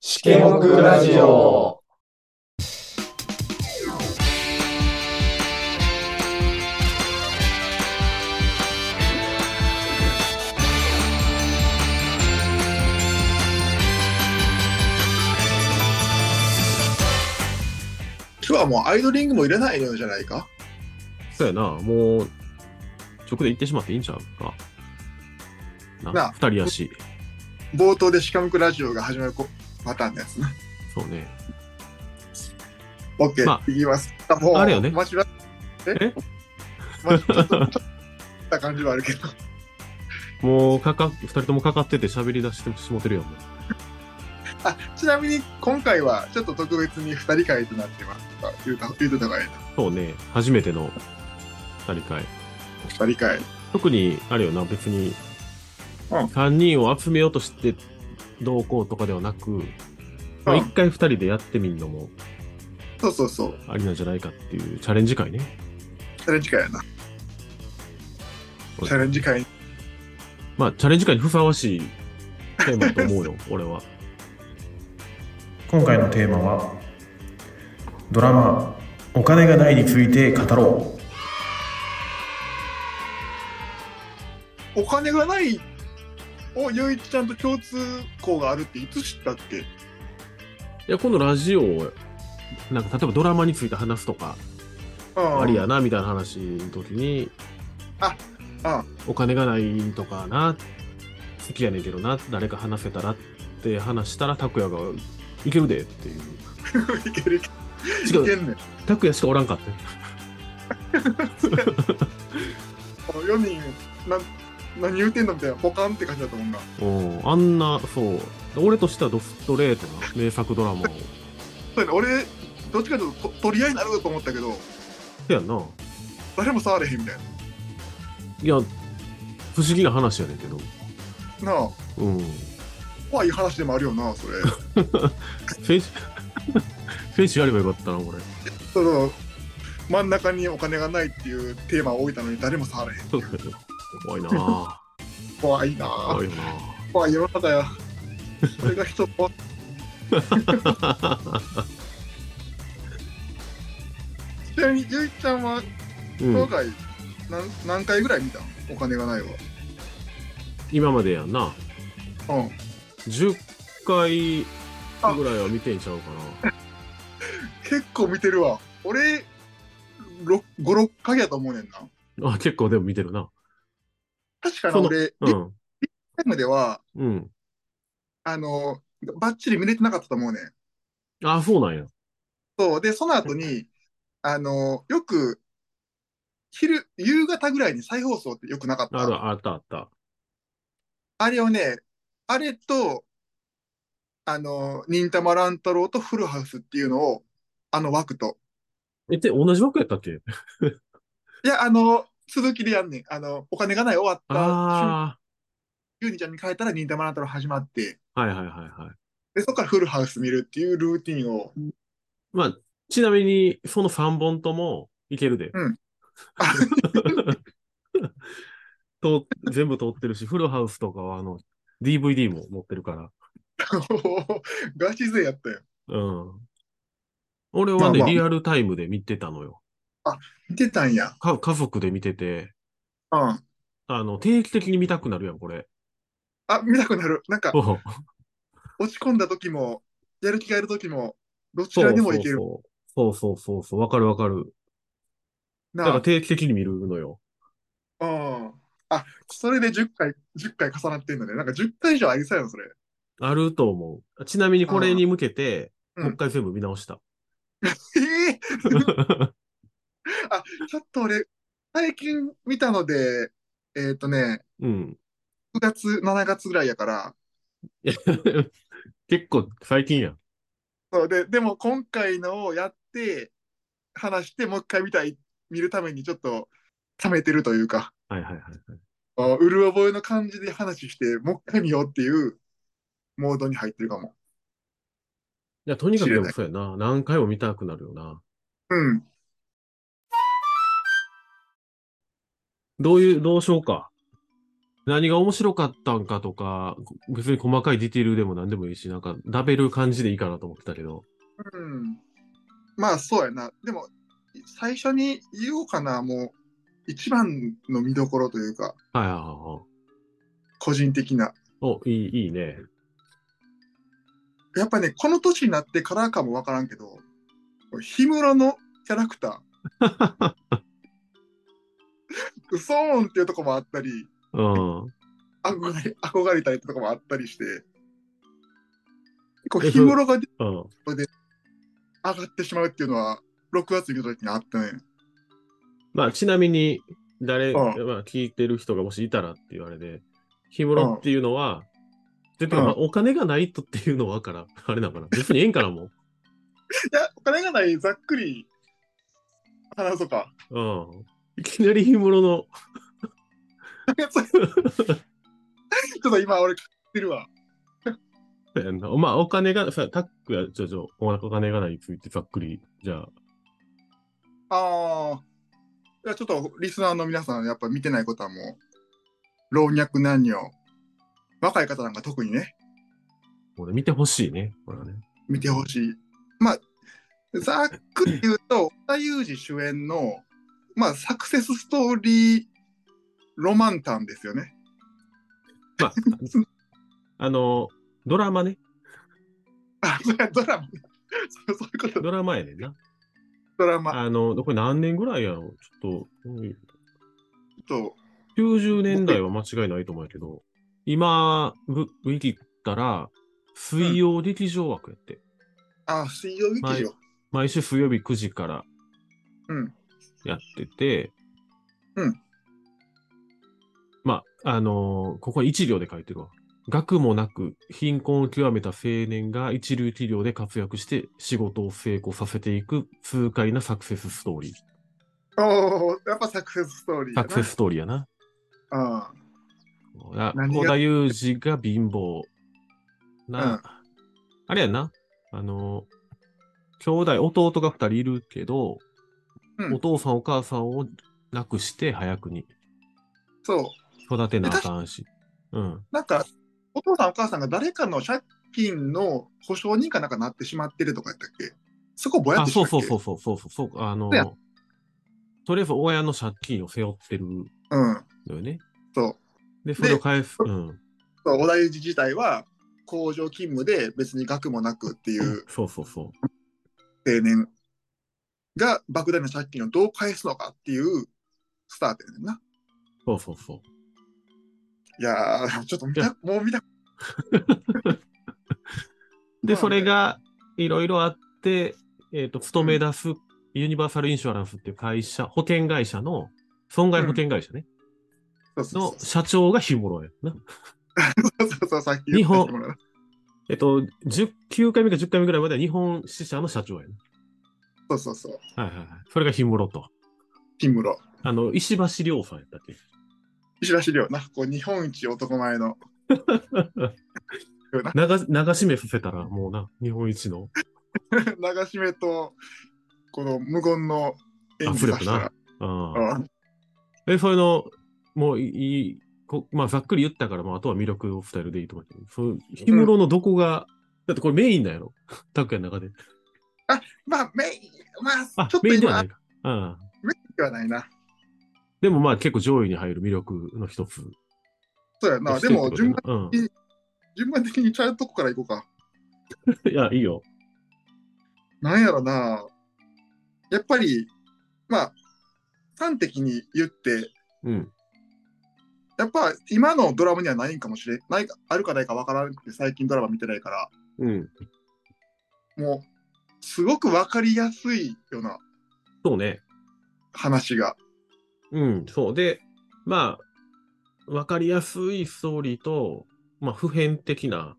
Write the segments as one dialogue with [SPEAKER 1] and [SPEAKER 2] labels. [SPEAKER 1] しけもくラジオ。
[SPEAKER 2] 今日はもうアイドリングも入れないのじゃないか
[SPEAKER 3] そうやな、もう、直で行ってしまっていいんちゃうか。
[SPEAKER 2] な
[SPEAKER 3] な、
[SPEAKER 2] あ
[SPEAKER 3] 二人やし。
[SPEAKER 2] 冒頭でしかむくラジオが始まるこパターンのやつな。
[SPEAKER 3] そうね。
[SPEAKER 2] OK、
[SPEAKER 3] ま
[SPEAKER 2] いきます。あもう、
[SPEAKER 3] あれよね
[SPEAKER 2] 間違っえ
[SPEAKER 3] え
[SPEAKER 2] 間違っちょっと、ちょっと、た感じはあるけど。
[SPEAKER 3] もう、かか、二人ともかかってて喋り出してしもてるやん。もう
[SPEAKER 2] あ、ちなみに今回はちょっと特別に二人会となってますとか言うた、言うてた方がいいな。
[SPEAKER 3] そうね、初めての二人会。
[SPEAKER 2] 二人会。
[SPEAKER 3] 特に、あれよな、別に
[SPEAKER 2] うん、
[SPEAKER 3] 三人を集めようとして、どうこうとかではなく、まあ、
[SPEAKER 2] うん
[SPEAKER 3] 一回二人でやってみるのも
[SPEAKER 2] そうそうそう。
[SPEAKER 3] ありなんじゃないかっていうチャレンジ会ね。
[SPEAKER 2] チャレンジ会やな。チャレンジ会。
[SPEAKER 3] まあ、チャレンジ会にふさわしいテーマだと思うよ、俺は。
[SPEAKER 4] 今回のテーマはドラマ「お金がない」について語ろう
[SPEAKER 2] お金がないを、ゆういちちゃんと共通項があるっていつ知ったっけ
[SPEAKER 3] いや、このラジオを、なんか例えばドラマについて話すとか、
[SPEAKER 2] うん。
[SPEAKER 3] ありやな、みたいな話の時に、
[SPEAKER 2] ああ
[SPEAKER 3] お金がないとかな、好きやねんけどな、誰か話せたらって話したら、拓也が、いけるでっていう。
[SPEAKER 2] いけるいけ
[SPEAKER 3] 違、
[SPEAKER 2] る。いうけんねん。
[SPEAKER 3] 拓也しかおらんかって。
[SPEAKER 2] この4人な何言うてんのみたいなポカンって感じだったもんな
[SPEAKER 3] うん、あんな、そう、俺としてはドストレートな名作ドラマを。
[SPEAKER 2] そうやね俺どっちかというとと取り合いになると思ったけど
[SPEAKER 3] せやんな。
[SPEAKER 2] 誰も触れへんみたい
[SPEAKER 3] いや、不思議な話やねんけど。
[SPEAKER 2] ななあ
[SPEAKER 3] うん。
[SPEAKER 2] 怖い話でもあるよな それ
[SPEAKER 3] フェイス、フェイスやればよか ったな、俺。
[SPEAKER 2] その真ん中にお金がないっていうテーマを置いたのに誰も触れへん
[SPEAKER 3] そうだよね怖いなぁ。
[SPEAKER 2] 怖いなあ
[SPEAKER 3] 怖いよなぁ。
[SPEAKER 2] 怖い世の中やそれが人怖 いちなみにゆいちゃんは
[SPEAKER 3] うん
[SPEAKER 2] 今、回何,、ん、何回ぐらい見たんお金がないわ
[SPEAKER 3] 今までやんな
[SPEAKER 2] うん
[SPEAKER 3] 10回ぐらいは見てんちゃうかな
[SPEAKER 2] 結構見てるわ俺56回やと思うねんな
[SPEAKER 3] あ結構でも見てるな
[SPEAKER 2] 確かに
[SPEAKER 3] その
[SPEAKER 2] 俺
[SPEAKER 3] う
[SPEAKER 2] リアル
[SPEAKER 3] ん
[SPEAKER 2] タイムでは
[SPEAKER 3] うん
[SPEAKER 2] あのバッチリ見れてなかったと思うねん
[SPEAKER 3] あそうなんや
[SPEAKER 2] そうでその後にあのよく昼夕方ぐらいに再放送ってよくなかっ
[SPEAKER 3] ある
[SPEAKER 2] た
[SPEAKER 3] あったあった
[SPEAKER 2] あれをねあれとあの忍たま乱太郎とフルハウスっていうのをあの枠と
[SPEAKER 3] えって同じ枠やったっけ
[SPEAKER 2] いやあの続きでやんねんあのお金がない終わった
[SPEAKER 3] あ
[SPEAKER 2] ゆうにちゃんに変えたら忍たま乱太郎始まって
[SPEAKER 3] あはいはいはいはい
[SPEAKER 2] で、そこからフルハウス見るっていうルーティンを。
[SPEAKER 3] まあちなみにその3本ともいけるで
[SPEAKER 2] あ
[SPEAKER 3] と全部通ってるしフルハウスとかはあの DVD も持ってるから
[SPEAKER 2] のガチ勢やったよ。
[SPEAKER 3] うん俺はね、
[SPEAKER 2] まあまあ
[SPEAKER 3] リアルタイムで見てたのよ
[SPEAKER 2] 見てたんや。
[SPEAKER 3] か家族で見てて
[SPEAKER 2] うん。
[SPEAKER 3] あの定期的に見たくなるやんこれ
[SPEAKER 2] あ、見たくなる。なんか
[SPEAKER 3] そ、う
[SPEAKER 2] 落ち込んだ時も、やる気がある時も、どちらにもいける。
[SPEAKER 3] そうそうそうそうそうそう、わかるわかる。だから
[SPEAKER 2] な
[SPEAKER 3] 定期的に見るのよ。
[SPEAKER 2] あ、うん。あ、それで10回、10回重なってんのね。なんか10回以上ありそうやん、それ。
[SPEAKER 3] あると思う。ちなみにこれに向けて、
[SPEAKER 2] うん
[SPEAKER 3] もう一回全部見直した。
[SPEAKER 2] ええ あ、ちょっと俺、最近見たので、えっ、とね、
[SPEAKER 3] うん。
[SPEAKER 2] 9月、7月ぐらいやから、
[SPEAKER 3] 結構最近やん。
[SPEAKER 2] そうで、でも今回のをやって、話して、もう一回見たい、見るためにちょっと、貯めてるというか。
[SPEAKER 3] はいはいはい。
[SPEAKER 2] あうる覚えの感じで話して、もう一回見ようっていうモードに入ってるかも。
[SPEAKER 3] いや、とにかく
[SPEAKER 2] 知れ
[SPEAKER 3] で
[SPEAKER 2] な
[SPEAKER 3] も
[SPEAKER 2] い
[SPEAKER 3] そうやな。何回も見たくなるよな。
[SPEAKER 2] うん。
[SPEAKER 3] どういう、どうしようか。何が面白かったんかとか、別に細かいディティールでも何でもいいし、なんか、ラベル感じでいいかなと思ってたけど。
[SPEAKER 2] うん。まあそうやな。でも、最初に言おうかな、もう、一番の見どころというか、
[SPEAKER 3] はいはいはいはい。
[SPEAKER 2] 個人的な。
[SPEAKER 3] お、いい、いいね。
[SPEAKER 2] やっぱね、この年になってからかもわからんけど、氷室のキャラクタ ー、うそーんっていうとこもあったり、
[SPEAKER 3] うん。
[SPEAKER 2] 憧れ憧れたりってとこもあったりして、結構氷
[SPEAKER 3] えそう
[SPEAKER 2] 室が出て
[SPEAKER 3] うん。
[SPEAKER 2] 上がってしまうっていうのは、6月にいる時にあったね。
[SPEAKER 3] まあ、ちなみに、誰、
[SPEAKER 2] うん
[SPEAKER 3] まあ、聞いてる人がもしいたらって言われで、氷室っていうのは、でてかまあ、お金がないとっていうのはから、あれだから、別にええんかな、も
[SPEAKER 2] いや、お金がない、ざっくり話そう か。
[SPEAKER 3] う。うん。いきなり氷室の、
[SPEAKER 2] ちょっと今俺買ってるわ。
[SPEAKER 3] そうやんなまあ、お金が、さ、タックや、ちょちょ、お金がないについてざっくり、じゃあ、
[SPEAKER 2] ああ。いや、ちょっとリスナーの皆さん、やっぱ見てないことはもう、老若男女、若い方なんか特にね、
[SPEAKER 3] これ見てほしいね、これはね。
[SPEAKER 2] 見てほしい。まあ、ざっくり言うと、織田裕二主演の、まあ、サクセスストーリー、ロマンタンですよね。
[SPEAKER 3] まあ、あの、ドラマね。
[SPEAKER 2] あ、それはドラマ。 そうそういうこと、
[SPEAKER 3] ドラマやねんな。
[SPEAKER 2] ドラマ。
[SPEAKER 3] あの、これ何年ぐらいやろちょっと、うん
[SPEAKER 2] と、
[SPEAKER 3] 90年代は間違いないと思うけど、今、ウウィキったら、水曜劇場枠やって。
[SPEAKER 2] あ、水曜劇場。
[SPEAKER 3] はい毎週水曜日9時から
[SPEAKER 2] うん。
[SPEAKER 3] やってて、
[SPEAKER 2] うん。
[SPEAKER 3] まあ、あのーここに一行で書いてるわ。学もなく貧困を極めた青年が一流企業で活躍して仕事を成功させていく痛快なサクセスストーリー。
[SPEAKER 2] おーやっぱサクセスストーリーだ
[SPEAKER 3] サ
[SPEAKER 2] な。
[SPEAKER 3] クセスストーリーやな。
[SPEAKER 2] ああ
[SPEAKER 3] あ
[SPEAKER 2] 何が
[SPEAKER 3] 織田裕二が貧乏。な、
[SPEAKER 2] うん
[SPEAKER 3] あれやな。あのー、兄弟、弟が二人いるけど、
[SPEAKER 2] うん
[SPEAKER 3] お父さんお母さんを亡くして早くに
[SPEAKER 2] そう。
[SPEAKER 3] 育てなあかんし。うん。
[SPEAKER 2] なんか、お父さんお母さんが誰かの借金の保証人かなんかなってしまってるとかやったっけそこぼやっ
[SPEAKER 3] あ、
[SPEAKER 2] てしま
[SPEAKER 3] そ
[SPEAKER 2] っ
[SPEAKER 3] う
[SPEAKER 2] たっけ
[SPEAKER 3] そうそうそうそうそう。あの
[SPEAKER 2] そうや、
[SPEAKER 3] とりあえず親の借金を背負ってるの
[SPEAKER 2] うん。
[SPEAKER 3] よね。
[SPEAKER 2] そう。
[SPEAKER 3] で、それを返す。うん。
[SPEAKER 2] そう小田裕二自体は工場勤務で別に額もなくっていう
[SPEAKER 3] そうそうそ
[SPEAKER 2] 青年が莫大な借金をどう返すのかっていうスタートやねんな。
[SPEAKER 3] う。そうそうそう。
[SPEAKER 2] いやー、ちょっと見
[SPEAKER 3] い
[SPEAKER 2] た、もう見 た。
[SPEAKER 3] で、
[SPEAKER 2] まあ
[SPEAKER 3] それがいろいろあって、えっ、と、勤め出す、ユニバーサルインシュアランスっていう会社、保険会社の、損害保険会社ね、
[SPEAKER 2] そうそう
[SPEAKER 3] の
[SPEAKER 2] そう
[SPEAKER 3] 社長が日頃やな。
[SPEAKER 2] そうそう、さっき言った人もな
[SPEAKER 3] えっと、10 9回目か10回目ぐらいまでは日本支社の社長や
[SPEAKER 2] そうそうそう。
[SPEAKER 3] な。はいはいはい。それが日頃と。
[SPEAKER 2] 金室。
[SPEAKER 3] あの、石橋亮さんやったっけ
[SPEAKER 2] 石橋亮な。こう日本一男前の。な
[SPEAKER 3] 流流し目させたらもうな、日本一の。
[SPEAKER 2] 流し目とこの無言の演技させたら、
[SPEAKER 3] うん
[SPEAKER 2] うん
[SPEAKER 3] え、それの、もういいい、こまあ、ざっくり言ったから、まあ、あとは魅力を伝えるでいいと思うけど、そう、氷室のどこが、だってこれメインだやろタクヤの中で。
[SPEAKER 2] まあメインまあ
[SPEAKER 3] あ
[SPEAKER 2] ちょっ、と
[SPEAKER 3] メインで
[SPEAKER 2] 今
[SPEAKER 3] はな
[SPEAKER 2] メ
[SPEAKER 3] いか。うん。
[SPEAKER 2] インではないな
[SPEAKER 3] でもまあ結構上位に入る魅力の一つ。
[SPEAKER 2] そうやなでも順番
[SPEAKER 3] 番、
[SPEAKER 2] 順番的にちゃうとこからいこうか
[SPEAKER 3] うん。いや、いいよ。
[SPEAKER 2] なんやろなやっぱりまあ端的に言って
[SPEAKER 3] うん。
[SPEAKER 2] やっぱ今のドラマにはないんかもしれないあるかないかわからなくて最近ドラマ見てないか
[SPEAKER 3] うん。
[SPEAKER 2] らもうすごくわかりやすいような
[SPEAKER 3] そうね。
[SPEAKER 2] 話が
[SPEAKER 3] うん、そう。で、まあ、わかりやすいストーリーと、まあ、普遍的な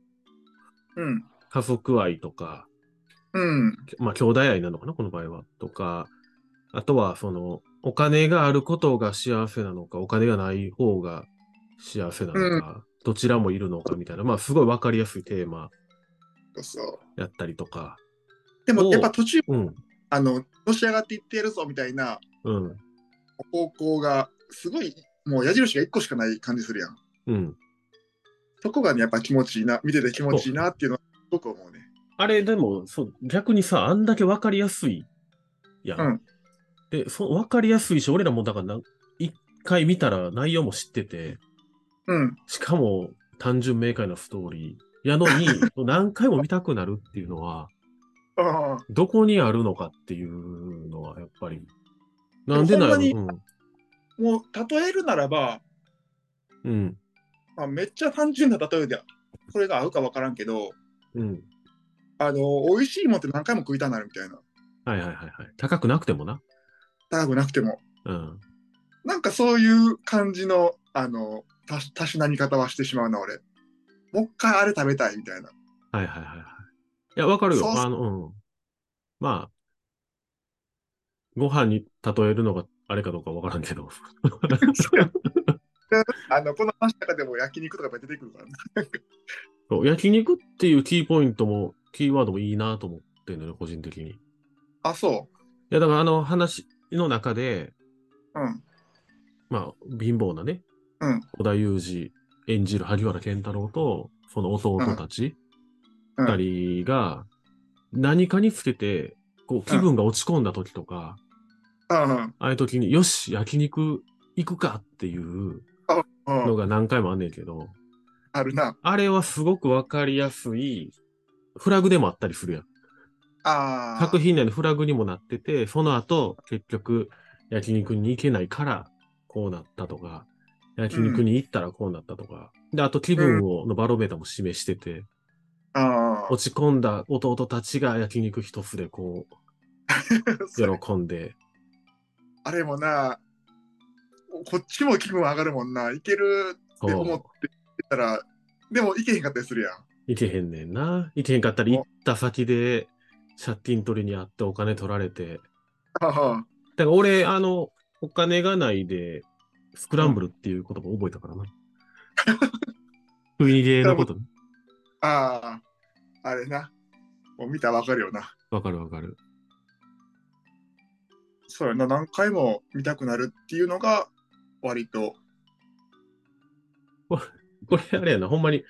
[SPEAKER 2] うん
[SPEAKER 3] 家族愛とか、
[SPEAKER 2] うん
[SPEAKER 3] まあ、兄弟愛なのかな、この場合は。とか、あとは、その、お金があることが幸せなのか、お金がない方が幸せなのか、どちらもいるのかみたいな、まあ、すごいわかりやすいテーマ
[SPEAKER 2] そうそう
[SPEAKER 3] やったりとか、
[SPEAKER 2] で
[SPEAKER 3] お
[SPEAKER 2] も
[SPEAKER 3] う
[SPEAKER 2] やっぱ途中
[SPEAKER 3] うん、
[SPEAKER 2] あののし上がっていってやるぞみたいな
[SPEAKER 3] うん、
[SPEAKER 2] 方向がすごいもう矢印が1個しかない感じするやん。
[SPEAKER 3] うん。
[SPEAKER 2] そこがね、やっぱ気持ちいいな、見てて気持ちいいなっていうのは、すごく思うね。
[SPEAKER 3] あれ、でも、そう、逆にさ、あんだけわかりやすいやん。
[SPEAKER 2] うん
[SPEAKER 3] で、そわかりやすいし、俺らもだからな、一回見たら内容も知ってて、
[SPEAKER 2] うん。
[SPEAKER 3] しかも単純明快なストーリーやの に、何回も見たくなるっていうのは、
[SPEAKER 2] ああ、
[SPEAKER 3] どこにあるのかっていうのは、やっぱり、なんでな
[SPEAKER 2] ほんま
[SPEAKER 3] い
[SPEAKER 2] に
[SPEAKER 3] の、
[SPEAKER 2] もう、例えるならば、
[SPEAKER 3] うん、うん。
[SPEAKER 2] まあ、めっちゃ単純な例えで、これが合うか分からんけど、
[SPEAKER 3] うん。
[SPEAKER 2] あの、美味しいもんって何回も食いたなるみたいな。
[SPEAKER 3] はいはいはいはい。高くなくてもな。
[SPEAKER 2] 高くなくても。
[SPEAKER 3] うん。
[SPEAKER 2] なんかそういう感じの、あの、たし、たしなみ方はしてしまうな、俺。もう一回あれ食べたいみたいな。
[SPEAKER 3] はいはいはいはい。いや、わかるよ。
[SPEAKER 2] そう
[SPEAKER 3] あの、うん。まあ、ご飯に例えるのがあれかどうかわからん けど。
[SPEAKER 2] あの、この話の中でも焼肉とかやっぱ出てくるからね。
[SPEAKER 3] そう焼肉っていうキーポイントも、キーワードもいいなと思ってるのよ、個人的に。い
[SPEAKER 2] あ、そ
[SPEAKER 3] や、だからあの話の中で、
[SPEAKER 2] う。うん。
[SPEAKER 3] まあ、貧乏なね、
[SPEAKER 2] うん
[SPEAKER 3] 織田裕二演じる萩原健太郎と、その弟た
[SPEAKER 2] うん
[SPEAKER 3] ち、
[SPEAKER 2] うん
[SPEAKER 3] 二人が、何かにつけて、こう、気分が落ち込んだ時とか、
[SPEAKER 2] うん。
[SPEAKER 3] ああいう時に、よし、焼肉行くかっていう
[SPEAKER 2] うん。う
[SPEAKER 3] の
[SPEAKER 2] ん、
[SPEAKER 3] が何回もあんねんけど、
[SPEAKER 2] あるな。
[SPEAKER 3] あれはすごくわかりやすい、フラグでもあったりするやん。
[SPEAKER 2] ああ。
[SPEAKER 3] 作品内のフラグにもなってて、その後、結局、焼肉に行けないから、こうなったとか、焼肉に行ったらこうなったとか、で、あと気分を、のバロメーターも示してて、
[SPEAKER 2] ああ。
[SPEAKER 3] 落ち込んだ弟たちが焼肉一つでこう、喜んで、
[SPEAKER 2] あれもな、こっちも気分上がるもんな。いけるっ
[SPEAKER 3] こ
[SPEAKER 2] て思って
[SPEAKER 3] う、
[SPEAKER 2] たら、でもいけへんかったりするやん。
[SPEAKER 3] 行けへんねんな。行けへんかったり、行った先で、借金取りにあってお金取られて、
[SPEAKER 2] ああ。
[SPEAKER 3] だから俺、あの、お金がないで、スクランブルっていう言葉覚えたからな。食い逃げのことね。
[SPEAKER 2] ああ、あれな。もう見たらわかるよな。
[SPEAKER 3] わかるわかる。
[SPEAKER 2] そうやな、何回も見たくなるっていうのが、割と。
[SPEAKER 3] これ、あれやな、ほんまに、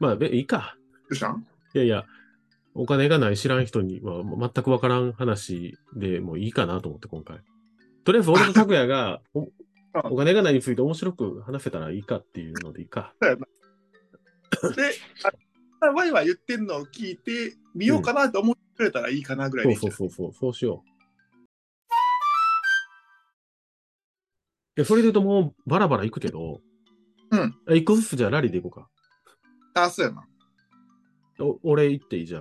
[SPEAKER 3] まあ、べいいか。
[SPEAKER 2] どうしたん
[SPEAKER 3] いやいや、お金がない知らん人にはもう全くわからん話でもういいかなと思って、今回。とりあえず、俺と拓也がお、お金がないについて面白く話せたらいいかっていうのでいいか。
[SPEAKER 2] で、あワイワイ言ってんのを聞いて、見ようかなと思ってくれたらいいかなぐらいで
[SPEAKER 3] そ
[SPEAKER 2] いいん
[SPEAKER 3] う
[SPEAKER 2] じ
[SPEAKER 3] そ
[SPEAKER 2] ゃ
[SPEAKER 3] う
[SPEAKER 2] ない
[SPEAKER 3] そうそう、そうしよう。いや、それで言うともうバラバラ行くけど、
[SPEAKER 2] うん。
[SPEAKER 3] あ一個ずつじゃあラリーで行こ
[SPEAKER 2] あ、そうやな。
[SPEAKER 3] うか。お俺行っていいじゃ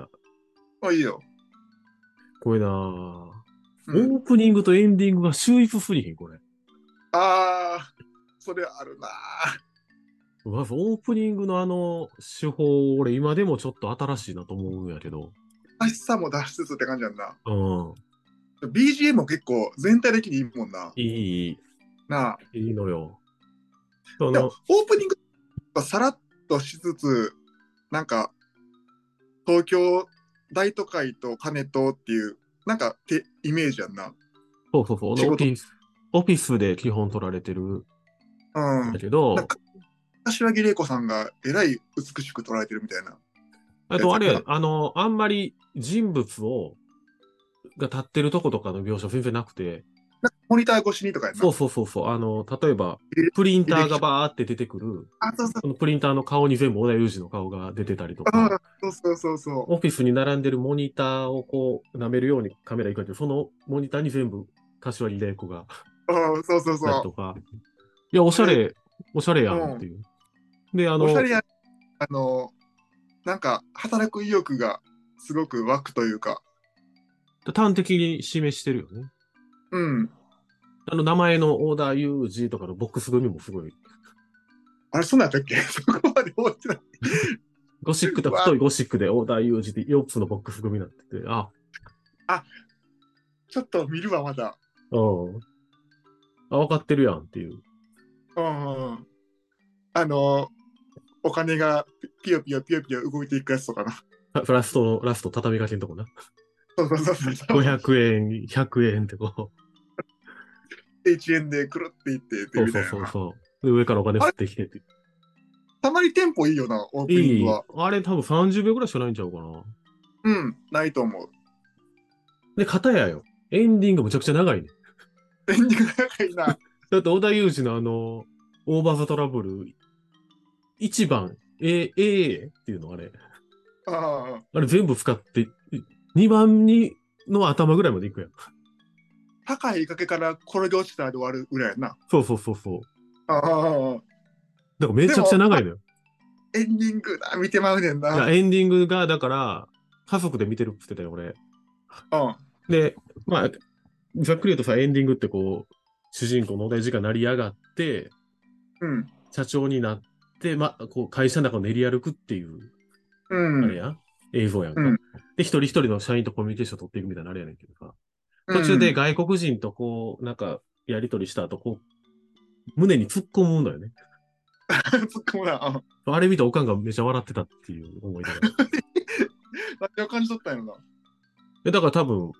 [SPEAKER 3] あ。
[SPEAKER 2] あ、いいよ。
[SPEAKER 3] これなぁ、
[SPEAKER 2] うん
[SPEAKER 3] オープニングとエンディングが秀逸すぎへん、これ。
[SPEAKER 2] ああ、それあるな。
[SPEAKER 3] まずオープニングのあの手法、俺今でもちょっと新しいなと思うんやけど。
[SPEAKER 2] らしさも出しつつって感じやんな。
[SPEAKER 3] うん。
[SPEAKER 2] BGM も結構全体的にいいもんな。
[SPEAKER 3] いい、
[SPEAKER 2] なあ。
[SPEAKER 3] いいのよ。そ
[SPEAKER 2] でも
[SPEAKER 3] の、
[SPEAKER 2] オープニングはさらっとしつつ、なんか、東京大都会と金とっていう、なんかてイメージやんな。
[SPEAKER 3] そうそうそう、あ
[SPEAKER 2] 仕
[SPEAKER 3] の
[SPEAKER 2] 事
[SPEAKER 3] オフィス、オフィスで基本取られてるん
[SPEAKER 2] うん
[SPEAKER 3] だ。けど、
[SPEAKER 2] なんか柏木玲子さんがえらい美しく捉えてるみたいな。
[SPEAKER 3] あとあれ
[SPEAKER 2] な
[SPEAKER 3] や
[SPEAKER 2] ん、
[SPEAKER 3] あの、あんまり人物を、が立ってるとことかの描写全然なくて、
[SPEAKER 2] モニター越しにとかやんな。
[SPEAKER 3] そうそうそうそう、あの、例えば
[SPEAKER 2] 入れ、
[SPEAKER 3] プリンターがバーって出てくる、
[SPEAKER 2] あそうそう
[SPEAKER 3] そのプリンターの顔に全部小田裕二の顔が出てたりと
[SPEAKER 2] あ
[SPEAKER 3] か、
[SPEAKER 2] そうそうそうそ
[SPEAKER 3] オフィスに並んでるモニターをこう舐めるようにカメラ行くわけど、そのモニターに全部柏木玲子が
[SPEAKER 2] う。あそうそう
[SPEAKER 3] な
[SPEAKER 2] そ
[SPEAKER 3] り
[SPEAKER 2] う。
[SPEAKER 3] とか、いや、おしゃ
[SPEAKER 2] あ
[SPEAKER 3] れ、おしゃれやんっていう。で、あの
[SPEAKER 2] おしゃ、れや、あの、なんか働く意欲がすごく湧くというか、
[SPEAKER 3] 端的に示してるよね。
[SPEAKER 2] うん。
[SPEAKER 3] あの、名前のオーダーユージとかのボックス組もすごい、
[SPEAKER 2] あれ、そんなんやったっけ そこまで覚えてない。
[SPEAKER 3] ゴシックと
[SPEAKER 2] うわ
[SPEAKER 3] 太いゴシックでオーダーユージで4つのボックス組になってて、あ、
[SPEAKER 2] ちょっと見るわ、まだ。
[SPEAKER 3] うん。あ、分かってるやんっていう。
[SPEAKER 2] うん。あの、お金がピヨピヨピヨピヨ動いていくやつとかな。
[SPEAKER 3] あラストの、ラスト畳みかけんとこな。
[SPEAKER 2] そうそうそうそう。
[SPEAKER 3] 500円、100円ってこう。
[SPEAKER 2] 1円でくるっていってって
[SPEAKER 3] そう
[SPEAKER 2] み
[SPEAKER 3] そ
[SPEAKER 2] たいうな。
[SPEAKER 3] そうそう。で、上からお金降ってきてって。
[SPEAKER 2] たまにテンポいいよな、オープニ
[SPEAKER 3] い
[SPEAKER 2] ン
[SPEAKER 3] い
[SPEAKER 2] グは。。
[SPEAKER 3] あれ多分30秒ぐらいしかないんちゃうかな。
[SPEAKER 2] うん、ないと思う。
[SPEAKER 3] で、片やよ。エンディングむちゃくちゃ長いね。
[SPEAKER 2] エンディング長いな。
[SPEAKER 3] だって、小田裕二のあの、オーバーザトラブル、1番、え、えー、っていうのあれ。
[SPEAKER 2] ああ、
[SPEAKER 3] あれ全部使って、2番に、の頭ぐらいまでいくやん。
[SPEAKER 2] 高いかけからこれで落ちたで終わるぐらいやな。
[SPEAKER 3] そうそうそうそう。
[SPEAKER 2] ああ、
[SPEAKER 3] だからめちゃくちゃ長いのよ。
[SPEAKER 2] エンディングだ、見てまうねん
[SPEAKER 3] だから
[SPEAKER 2] な。
[SPEAKER 3] エンディングが、だから、家族で見てるって言ってたよ、俺。
[SPEAKER 2] うん。
[SPEAKER 3] で、まあ、ざっくり言うとさ、エンディングってこう、主人公のお大事が成り上がって、
[SPEAKER 2] うん。
[SPEAKER 3] 社長になって、まあ、こう、会社の中を練り歩くっていう、
[SPEAKER 2] う
[SPEAKER 3] あ
[SPEAKER 2] ん。
[SPEAKER 3] れや、映像やんか。
[SPEAKER 2] うん
[SPEAKER 3] で、一人一人の社員とコミュニケーション取っていくみたいなのあれやねんけどさ、途中で外国人とこう、なんか、やりとりした後、こう、胸に突っ込むのよね。
[SPEAKER 2] うん、 突っ込むな。うん
[SPEAKER 3] あれ見たおかんがめちゃ笑ってたっていう思い出が。
[SPEAKER 2] 何を感じ取ったんやろな。
[SPEAKER 3] え、だから多分、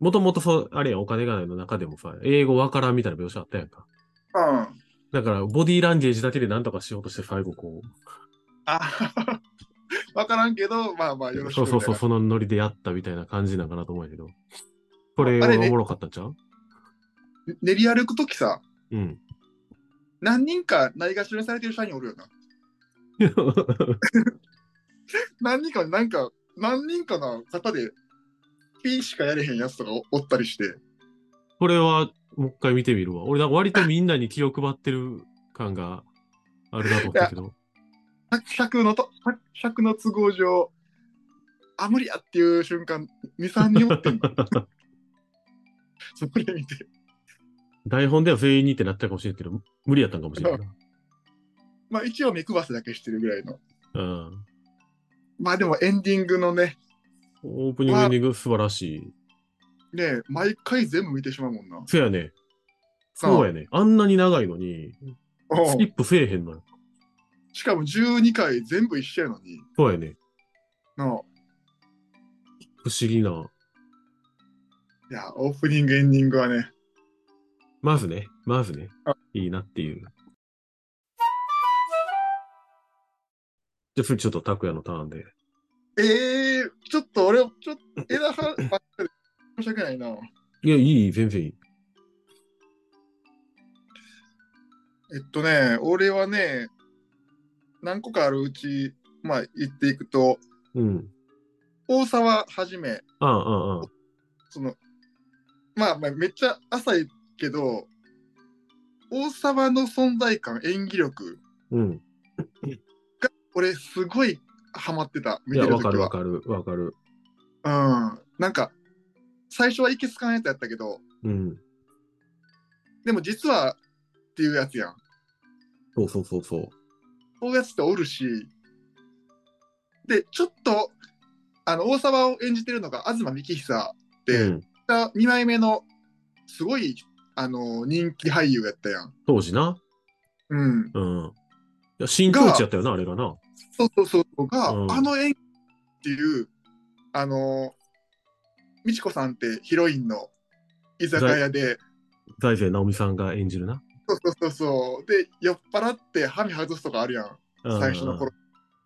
[SPEAKER 3] もともとそう、あれやん、お金がないの中でもさ、英語わからんみたいな描写あったやんか。
[SPEAKER 2] うん。
[SPEAKER 3] だから、ボディーランゲージだけで何とかしようとして最後こう、
[SPEAKER 2] あわからんけど、まあまあよろしく
[SPEAKER 3] そう
[SPEAKER 2] みたい
[SPEAKER 3] そ
[SPEAKER 2] な。
[SPEAKER 3] うそう、そのノリでやったみたいな感じなんかなと思うんやけど。これ
[SPEAKER 2] あれね
[SPEAKER 3] おもろかったんちゃう
[SPEAKER 2] 練り歩くときさ、
[SPEAKER 3] うん。
[SPEAKER 2] 何人かないがしろにされてる社員おるよな。何人か、なんか、何人かの方で、ピーしかやれへんやつとかおおったりして。
[SPEAKER 3] これは、もう一回見てみるわ。俺、なんか割とみんなに気を配ってる感があるなと思ったけど。
[SPEAKER 2] 100のと、100の都合上、あ、無理やっていう瞬間、2、3人おってんの それ見て。
[SPEAKER 3] 台本では全員にってなったかもしれんけど、無理やったんかもしれんな。
[SPEAKER 2] まあ一応目配せだけしてるぐらいの。
[SPEAKER 3] うん。
[SPEAKER 2] まあでもエンディングのね、
[SPEAKER 3] オープニング、エンディング素晴らしい。
[SPEAKER 2] ね、毎回全部見てしまうもんな。
[SPEAKER 3] そうやね。そうやね。あんなに長いのに、
[SPEAKER 2] うん
[SPEAKER 3] スキップせえへんのよ。
[SPEAKER 2] しかも12回全部一緒やのに。
[SPEAKER 3] そうやね。
[SPEAKER 2] なあ
[SPEAKER 3] 不思議な。
[SPEAKER 2] いや、オープニング、エンディングはね。
[SPEAKER 3] まずね、まずね
[SPEAKER 2] あ、
[SPEAKER 3] いいなっていう。じゃあ次ちょっと拓也のターンで。
[SPEAKER 2] ええちょっと俺、ちょっと、枝葉ばっかで申し訳ないな。
[SPEAKER 3] いや、いい、全然いい。
[SPEAKER 2] えっとね、俺はね、何個かあるうち、まあ、言っていくと、
[SPEAKER 3] うん。
[SPEAKER 2] 大沢はじめ、
[SPEAKER 3] ああ、ああ、あ
[SPEAKER 2] その、まあ、まあ、めっちゃ浅いけど、大沢の存在感、演技力、
[SPEAKER 3] うん。
[SPEAKER 2] 俺、すごいハマってた、見
[SPEAKER 3] い
[SPEAKER 2] て
[SPEAKER 3] や、
[SPEAKER 2] るとき
[SPEAKER 3] わかるわ
[SPEAKER 2] は。
[SPEAKER 3] かる、わかる。
[SPEAKER 2] うん。なんか、最初はいけつかんやつやったけど、
[SPEAKER 3] うん。
[SPEAKER 2] でも実はっていうやつやん。
[SPEAKER 3] そうそうそうそう。
[SPEAKER 2] そういうやつっておるし、で、ちょっと、あの、大沢を演じてるのが東幹久で、
[SPEAKER 3] うん、
[SPEAKER 2] 2枚目の、すごい、あの、人気俳優やったやん。
[SPEAKER 3] 当時な。
[SPEAKER 2] うん。
[SPEAKER 3] うん。いや、新境地やったよな、あれがな。
[SPEAKER 2] そうそうそうそうが、
[SPEAKER 3] うん
[SPEAKER 2] あの演技っていう、あの、美智子さんってヒロインの居酒屋で、
[SPEAKER 3] 財前直美さんが演じるな。
[SPEAKER 2] そうそうそうそう、で、酔っ払って歯に外すとかあるやん。
[SPEAKER 3] うん
[SPEAKER 2] 最初の頃。。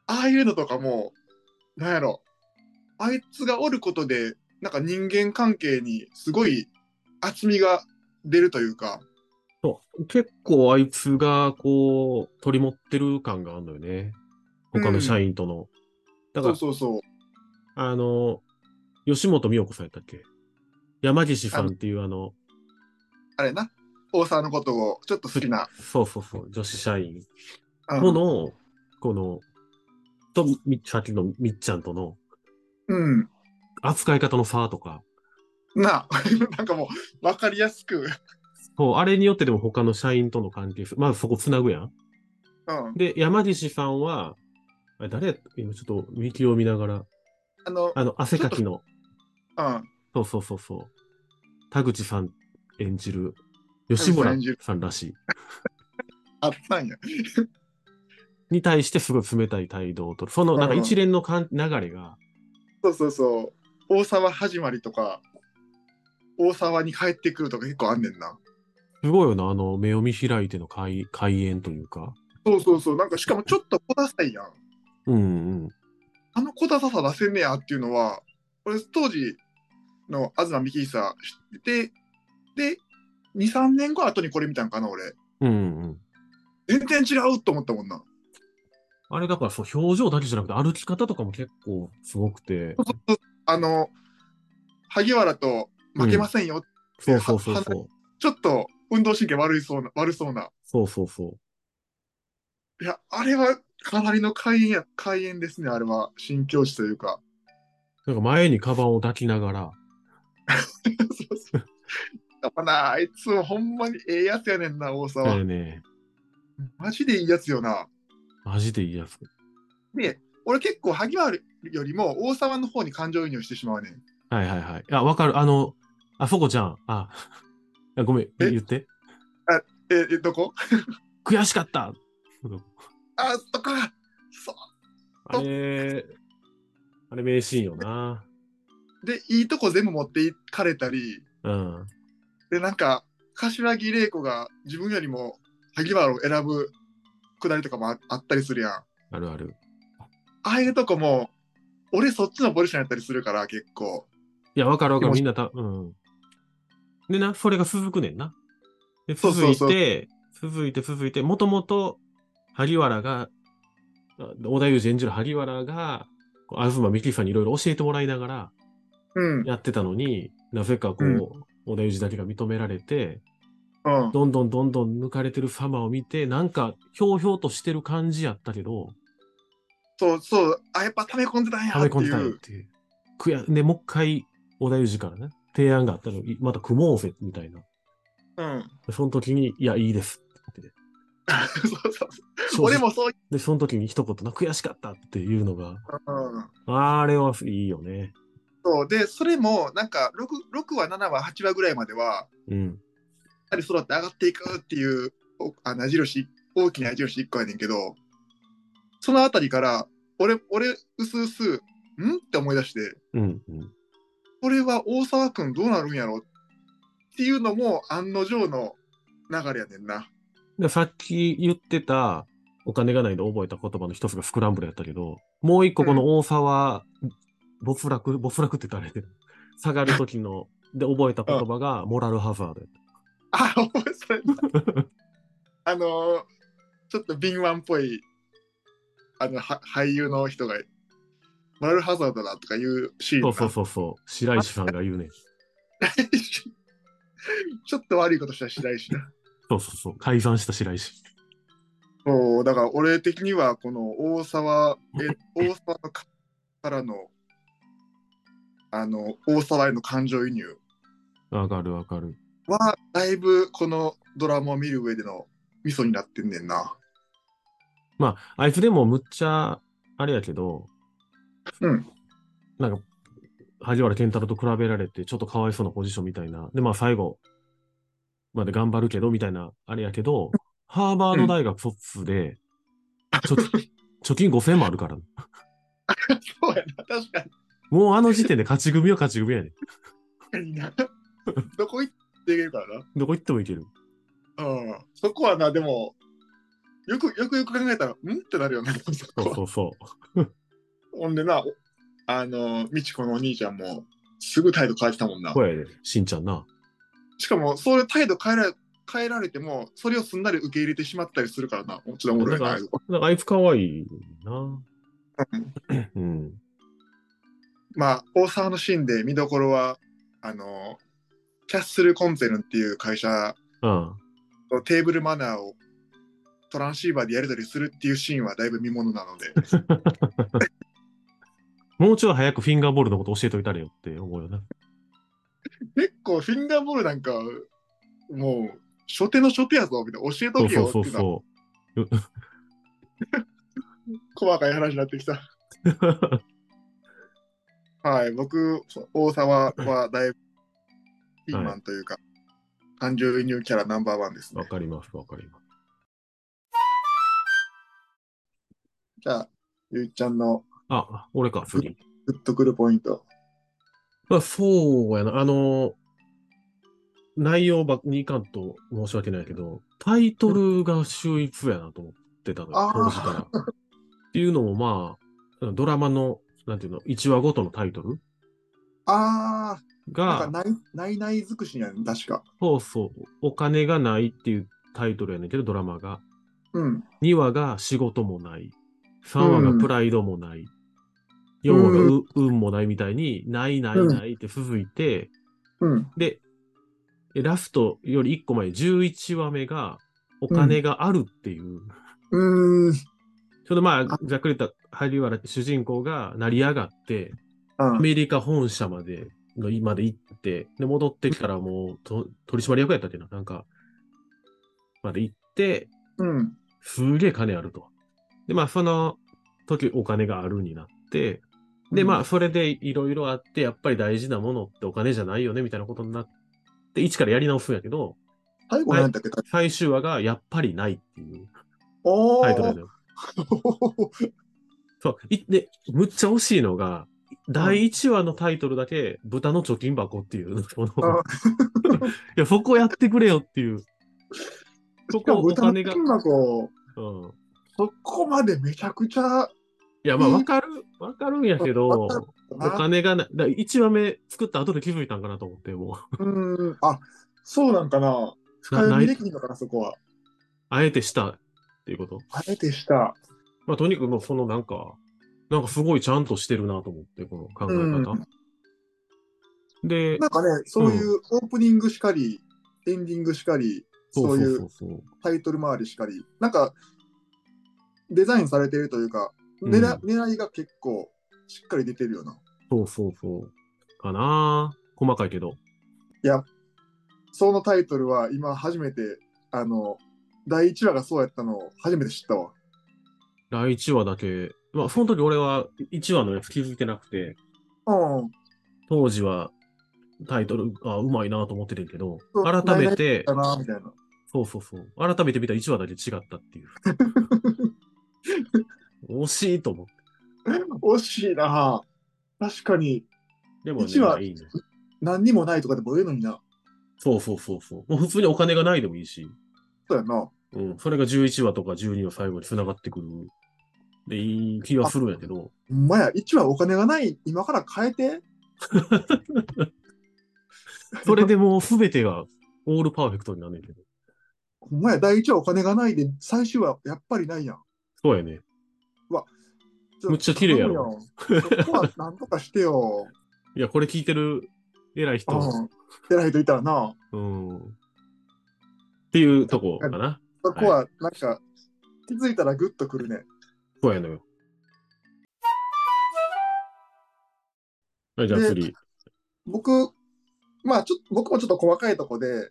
[SPEAKER 2] ああいうのとかも、なんやろ、あいつがおることで、なんか人間関係にすごい厚みが出るというか、
[SPEAKER 3] そう結構あいつが、こう、取り持ってる感があるのよね。他の社員との。だか
[SPEAKER 2] そうそ
[SPEAKER 3] ら、
[SPEAKER 2] うそう、
[SPEAKER 3] あの、吉本美代子さんやったっけ山岸さんっていうあの、
[SPEAKER 2] あれな、大沢のことをちょっと好きな。
[SPEAKER 3] そうそうそう、女子社員
[SPEAKER 2] うん
[SPEAKER 3] もの、この、と、みさっきのみっちゃんとの
[SPEAKER 2] うん。
[SPEAKER 3] 扱い方の差とか、
[SPEAKER 2] な あ、なんかもう、わかりやすく、
[SPEAKER 3] そう、あれによってでも他の社員との関係性、まずそこつなぐやん。
[SPEAKER 2] うん。
[SPEAKER 3] で、山岸さんは、あれ誰やった今ちょっと見切を見ながら、
[SPEAKER 2] あの、
[SPEAKER 3] あの、汗かきの、
[SPEAKER 2] うん。
[SPEAKER 3] そうそうそうそう、田口さん演じる、
[SPEAKER 2] 口
[SPEAKER 3] 吉
[SPEAKER 2] さん
[SPEAKER 3] 村
[SPEAKER 2] 演じる
[SPEAKER 3] さんらしい。
[SPEAKER 2] あったんや。
[SPEAKER 3] に対してすごい冷たい態度をとる。そのなんか一連のかん流れが、
[SPEAKER 2] そうそうそう。大沢始まりとか、大沢に帰ってくるとか結構あんねんな。
[SPEAKER 3] すごいよな、あの、目を見開いての開開演というか、
[SPEAKER 2] そうそうそう、なんかしかもちょっと小ださいやん。
[SPEAKER 3] うんうん。
[SPEAKER 2] あの小だささ出せんねやっていうのは、俺当時の東幹久知ってて、で、2、3年後後にこれ見たんかな、俺。
[SPEAKER 3] うんうん。
[SPEAKER 2] 全然違うと思ったもんな。
[SPEAKER 3] あれだからそう表情だけじゃなくて歩き方とかも結構すごくて。
[SPEAKER 2] あの、萩原と負けませんよ、
[SPEAKER 3] そうそうそうそう。
[SPEAKER 2] ちょっと運動神経悪いそうな、悪そうな。
[SPEAKER 3] そうそうそ
[SPEAKER 2] いや、あれはかなりの開演や、開演ですね、あれは。新境地というか。
[SPEAKER 3] う。なんか前にカバンを抱きながら。
[SPEAKER 2] そうそうやっぱな、あいつはほんまにええやつやねんな、大
[SPEAKER 3] あ
[SPEAKER 2] 沢
[SPEAKER 3] れ。ね、
[SPEAKER 2] マジでいいやつよな。
[SPEAKER 3] マジでいいやつ。
[SPEAKER 2] で、俺結構萩原よりも大沢の方に感情移入してしまうねん。
[SPEAKER 3] はいはいはい。あ、わかる。あの、あそこちゃん。あ、 あごめん、
[SPEAKER 2] え
[SPEAKER 3] 言って。
[SPEAKER 2] え、えどこ
[SPEAKER 3] 悔しかった
[SPEAKER 2] あ、そっか。そ
[SPEAKER 3] あれ、あれ名シーンよな。
[SPEAKER 2] う。で、いいとこ全部持っていかれたり、
[SPEAKER 3] うん。
[SPEAKER 2] で、なんか、柏木玲子が自分よりも萩原を選ぶくだりとかもああったりするやん。あ
[SPEAKER 3] あるある。
[SPEAKER 2] あいうとこも、俺そっちのポジションやったりするから、結構。
[SPEAKER 3] いや、わかるわ
[SPEAKER 2] で
[SPEAKER 3] かる。
[SPEAKER 2] も
[SPEAKER 3] みんなた、うん。でな、それが続くねんな。で、
[SPEAKER 2] そう
[SPEAKER 3] 続
[SPEAKER 2] そうそう
[SPEAKER 3] いて、続いて、続いて、もともと、萩原が、あ小田裕二演じる萩原が、こう東美樹さんにいろいろ教えてもらいながら
[SPEAKER 2] うん。
[SPEAKER 3] やってたのに、なぜかこう、
[SPEAKER 2] うん
[SPEAKER 3] 小田裕二だけが認められて、
[SPEAKER 2] うん。
[SPEAKER 3] どんどんどんどん抜かれてる様を見て、なんか、ひょうひょうとしてる感じやったけど、
[SPEAKER 2] そうそう。あ、やっぱ溜め込んでたんや
[SPEAKER 3] 食
[SPEAKER 2] っ
[SPEAKER 3] べ
[SPEAKER 2] て
[SPEAKER 3] 込んで
[SPEAKER 2] い
[SPEAKER 3] たんやっ
[SPEAKER 2] う。
[SPEAKER 3] ていう。くや、で、もう一回、小田裕二からね、提案があったの、いまた組もうぜ、みたいな。
[SPEAKER 2] うん。
[SPEAKER 3] その時に、いや、いいですって言って
[SPEAKER 2] そうそうそう。
[SPEAKER 3] 正直
[SPEAKER 2] 俺もそうい
[SPEAKER 3] で、その時に一言の悔しかったっていうのが、
[SPEAKER 2] う。うん。
[SPEAKER 3] あれはいいよね。
[SPEAKER 2] そうで、それもなんか 6, 6話、7話、8話ぐらいまでは、
[SPEAKER 3] うん。
[SPEAKER 2] やっ人揃って上がっていくっていうおあ矢印、大きな矢印1個やねんけど、そのあたりから、俺、俺、うすうす、んって思い出して、
[SPEAKER 3] うん、うん。
[SPEAKER 2] これは大沢君どうなるんやろっていうのも案の定の流れやねんな。
[SPEAKER 3] で、さっき言ってた、お金がないで覚えた言葉の一つがスクランブルやったけど、もう一個この大沢、没落、没落って言ったらあれやけど下がる時の、で覚えた言葉が、モラルハザードやっ
[SPEAKER 2] あ、覚え てた。あのーちょっと敏腕っぽい、あの、は俳優の人が、マルハザードだとかいうシーン
[SPEAKER 3] た。
[SPEAKER 2] が
[SPEAKER 3] そうそうそうそう。白石さんが言うね。
[SPEAKER 2] ちょっと悪いことしたら白石な。
[SPEAKER 3] そうそうそう。解散した白石。
[SPEAKER 2] そう、だから俺的には、この大 沢、え大沢のかからの、あの、大沢への感情移入
[SPEAKER 3] わかるわかる。
[SPEAKER 2] は、だいぶこのドラマを見る上でのミソになってんねんな。
[SPEAKER 3] まあ、あいつでもむっちゃ、あれやけど、
[SPEAKER 2] うん。
[SPEAKER 3] なんか、萩原健太郎と比べられて、ちょっとかわいそうなポジションみたいな。で、まあ最後まで頑張るけど、みたいな、あれやけど、ハーバード大学卒で、貯金 貯金5000もあるから。
[SPEAKER 2] そうやな、確か
[SPEAKER 3] もうあの時点で勝ち組は勝ち組やね
[SPEAKER 2] にな。 どこ行っていけるから
[SPEAKER 3] ん。どこ行ってもいける。
[SPEAKER 2] な。うん。そこはな、でも、よくよくよく考えたら、んってなるよね、そ
[SPEAKER 3] そ
[SPEAKER 2] こ
[SPEAKER 3] う
[SPEAKER 2] は
[SPEAKER 3] そうそ
[SPEAKER 2] ほんでな、おあの、美智子のお兄ちゃんも、すぐ態度変えてたもんな
[SPEAKER 3] う。。これやで、しんちゃんな。
[SPEAKER 2] しかも、そういう態度変えら変えられても、それをすんなり受け入れてしまったりするからな、もちろん俺
[SPEAKER 3] だか
[SPEAKER 2] な
[SPEAKER 3] ら。なんかあいつかわいいな。
[SPEAKER 2] うん
[SPEAKER 3] うん。
[SPEAKER 2] まあ、大沢のシーンで見どころは、あの、キャッスルコンツェルンっていう会社
[SPEAKER 3] うん。
[SPEAKER 2] のテーブルマナーをトランシーバーでやり取りするっていうシーンはだいぶ見ものなので、
[SPEAKER 3] もうちょい早くフィンガーボールのこと教えておいたれよって思うよな。
[SPEAKER 2] 結構フィンガーボールなんか、もう、初手の初手やぞ、みたいな、教え
[SPEAKER 3] そ
[SPEAKER 2] と
[SPEAKER 3] う
[SPEAKER 2] け
[SPEAKER 3] そ
[SPEAKER 2] よ
[SPEAKER 3] う
[SPEAKER 2] って
[SPEAKER 3] そ
[SPEAKER 2] いううのは、
[SPEAKER 3] そ
[SPEAKER 2] 細かい話になってき た。
[SPEAKER 3] う。
[SPEAKER 2] はい、僕、そ大沢はだいぶ、ピーマンというか、感情移入キャラナンバーワンですね
[SPEAKER 3] わ。かります、わかります。
[SPEAKER 2] じゃあ、ゆいちゃんの
[SPEAKER 3] あ、俺か、次。
[SPEAKER 2] グッとくるポイント。
[SPEAKER 3] まあ、そうやな。あの、内容ばにいかんと申し訳ないけど、タイトルが秀逸やなと思っってたのよ
[SPEAKER 2] あ、ー
[SPEAKER 3] 当時から。っていうのもまあ、ドラマの、なんていうの、1話ごとのタイトル
[SPEAKER 2] ああ、な
[SPEAKER 3] が
[SPEAKER 2] ん、かない、ないない尽くしやん、確か。
[SPEAKER 3] そうそう、お金がないっていうタイトルやねんけど、ドラマが。
[SPEAKER 2] うん。
[SPEAKER 3] 2話が仕事もない。3話がプライドもない。4話がう運もないみたいに、ないないないって続いて、
[SPEAKER 2] うん。
[SPEAKER 3] で、えラストより1個前、11話目が、お金があるっていう。
[SPEAKER 2] うーん。
[SPEAKER 3] ちょうどまあ、ざっくり言った、萩原主人公が成り上がって、
[SPEAKER 2] あ
[SPEAKER 3] アメリカ本社まで、の今で行って、で、戻ってきたらもうと、取締役やったっていうのなんか、まで行って、
[SPEAKER 2] うん。
[SPEAKER 3] すげえ金あると。で、まあ、その時お金があるになって、で、まあ、それでいろいろあって、やっぱり大事なものってお金じゃないよね、みたいなことになって、一からやり直すんやけど、
[SPEAKER 2] 最後何やったっけ、
[SPEAKER 3] 最終話がやっぱりないっていう
[SPEAKER 2] おー
[SPEAKER 3] タイトルなのよ。そう。いで、むっちゃ惜しいのが、第1話のタイトルだけ、豚の貯金箱っていう、その
[SPEAKER 2] あ
[SPEAKER 3] いや、そこやってくれよっていう。そ
[SPEAKER 2] しか
[SPEAKER 3] こ
[SPEAKER 2] も
[SPEAKER 3] お
[SPEAKER 2] 豚
[SPEAKER 3] 金
[SPEAKER 2] の
[SPEAKER 3] が。
[SPEAKER 2] 金箱、
[SPEAKER 3] うん。
[SPEAKER 2] そこまでめちゃくちゃ、
[SPEAKER 3] いや、まあ、わかる、わかるんやけど
[SPEAKER 2] わ、か
[SPEAKER 3] お
[SPEAKER 2] な
[SPEAKER 3] 金がない。だ1話目作った後で気づいたんかなと思って、も
[SPEAKER 2] うん。あ、そうなんかな。
[SPEAKER 3] う。な
[SPEAKER 2] 深
[SPEAKER 3] な
[SPEAKER 2] みで
[SPEAKER 3] い
[SPEAKER 2] きんのかな、そこは。
[SPEAKER 3] あえてしたっていうこと。
[SPEAKER 2] あえてした。
[SPEAKER 3] まあ、とにかくもうそのなんか、なんかすごいちゃんとしてるなと思って、この考え方。で
[SPEAKER 2] な、んかね、そういうオープニングしかり、エンディングしかり、
[SPEAKER 3] そ
[SPEAKER 2] そうう
[SPEAKER 3] そ
[SPEAKER 2] いうう
[SPEAKER 3] そうそう。
[SPEAKER 2] タイトル周りしかり、なんか、デザインされてるというか、
[SPEAKER 3] うん
[SPEAKER 2] 狙,、狙いが結構しっかり出てるよな。
[SPEAKER 3] そうそうそう。かなぁ細かいけど。
[SPEAKER 2] そのタイトルは今初めて、あの、第1話がそうやったのを初めて知ったわ。
[SPEAKER 3] 第1話だけ、まあ、その時俺は1話のやつ気づいてなくて、
[SPEAKER 2] うん。
[SPEAKER 3] 当時はタイトル、あ、うまいなと思ってるけど
[SPEAKER 2] そう、
[SPEAKER 3] 改めて
[SPEAKER 2] だ、な、みたいな。
[SPEAKER 3] そうそうそう。改めて見た1話だけ違ったっ ていう。惜しいと思って。
[SPEAKER 2] 惜しいな確かに、
[SPEAKER 3] でもね、
[SPEAKER 2] 一話
[SPEAKER 3] まあいいね。
[SPEAKER 2] 何にもないとかでもええのにな。
[SPEAKER 3] そうそうそうそう。もう普通にお金がないでもいいし。
[SPEAKER 2] そうやな。
[SPEAKER 3] うん、それが11話とか12話最後に繋がってくる。で、いい気がするんやけど。
[SPEAKER 2] ほんまや、1話お金がない、今から変えて。
[SPEAKER 3] それでもう全てがオールパーフェクトになんねんけど。
[SPEAKER 2] ほんまや、第1話お金がないで、最終話やっぱりないやん。
[SPEAKER 3] そうやね。むっちゃ綺麗やろ
[SPEAKER 2] 頼むよ。そこはなんとかしてよ。
[SPEAKER 3] いや、これ聞いてる偉い人、
[SPEAKER 2] うん。偉い人いたらな。
[SPEAKER 3] うん。っていうとこかな。
[SPEAKER 2] そこはなんか、気づいたらグッとくるね。
[SPEAKER 3] そうやのよ。はい、じゃあ
[SPEAKER 2] で
[SPEAKER 3] 次。
[SPEAKER 2] 僕、まあちょっと、僕もちょっと細かいとこで、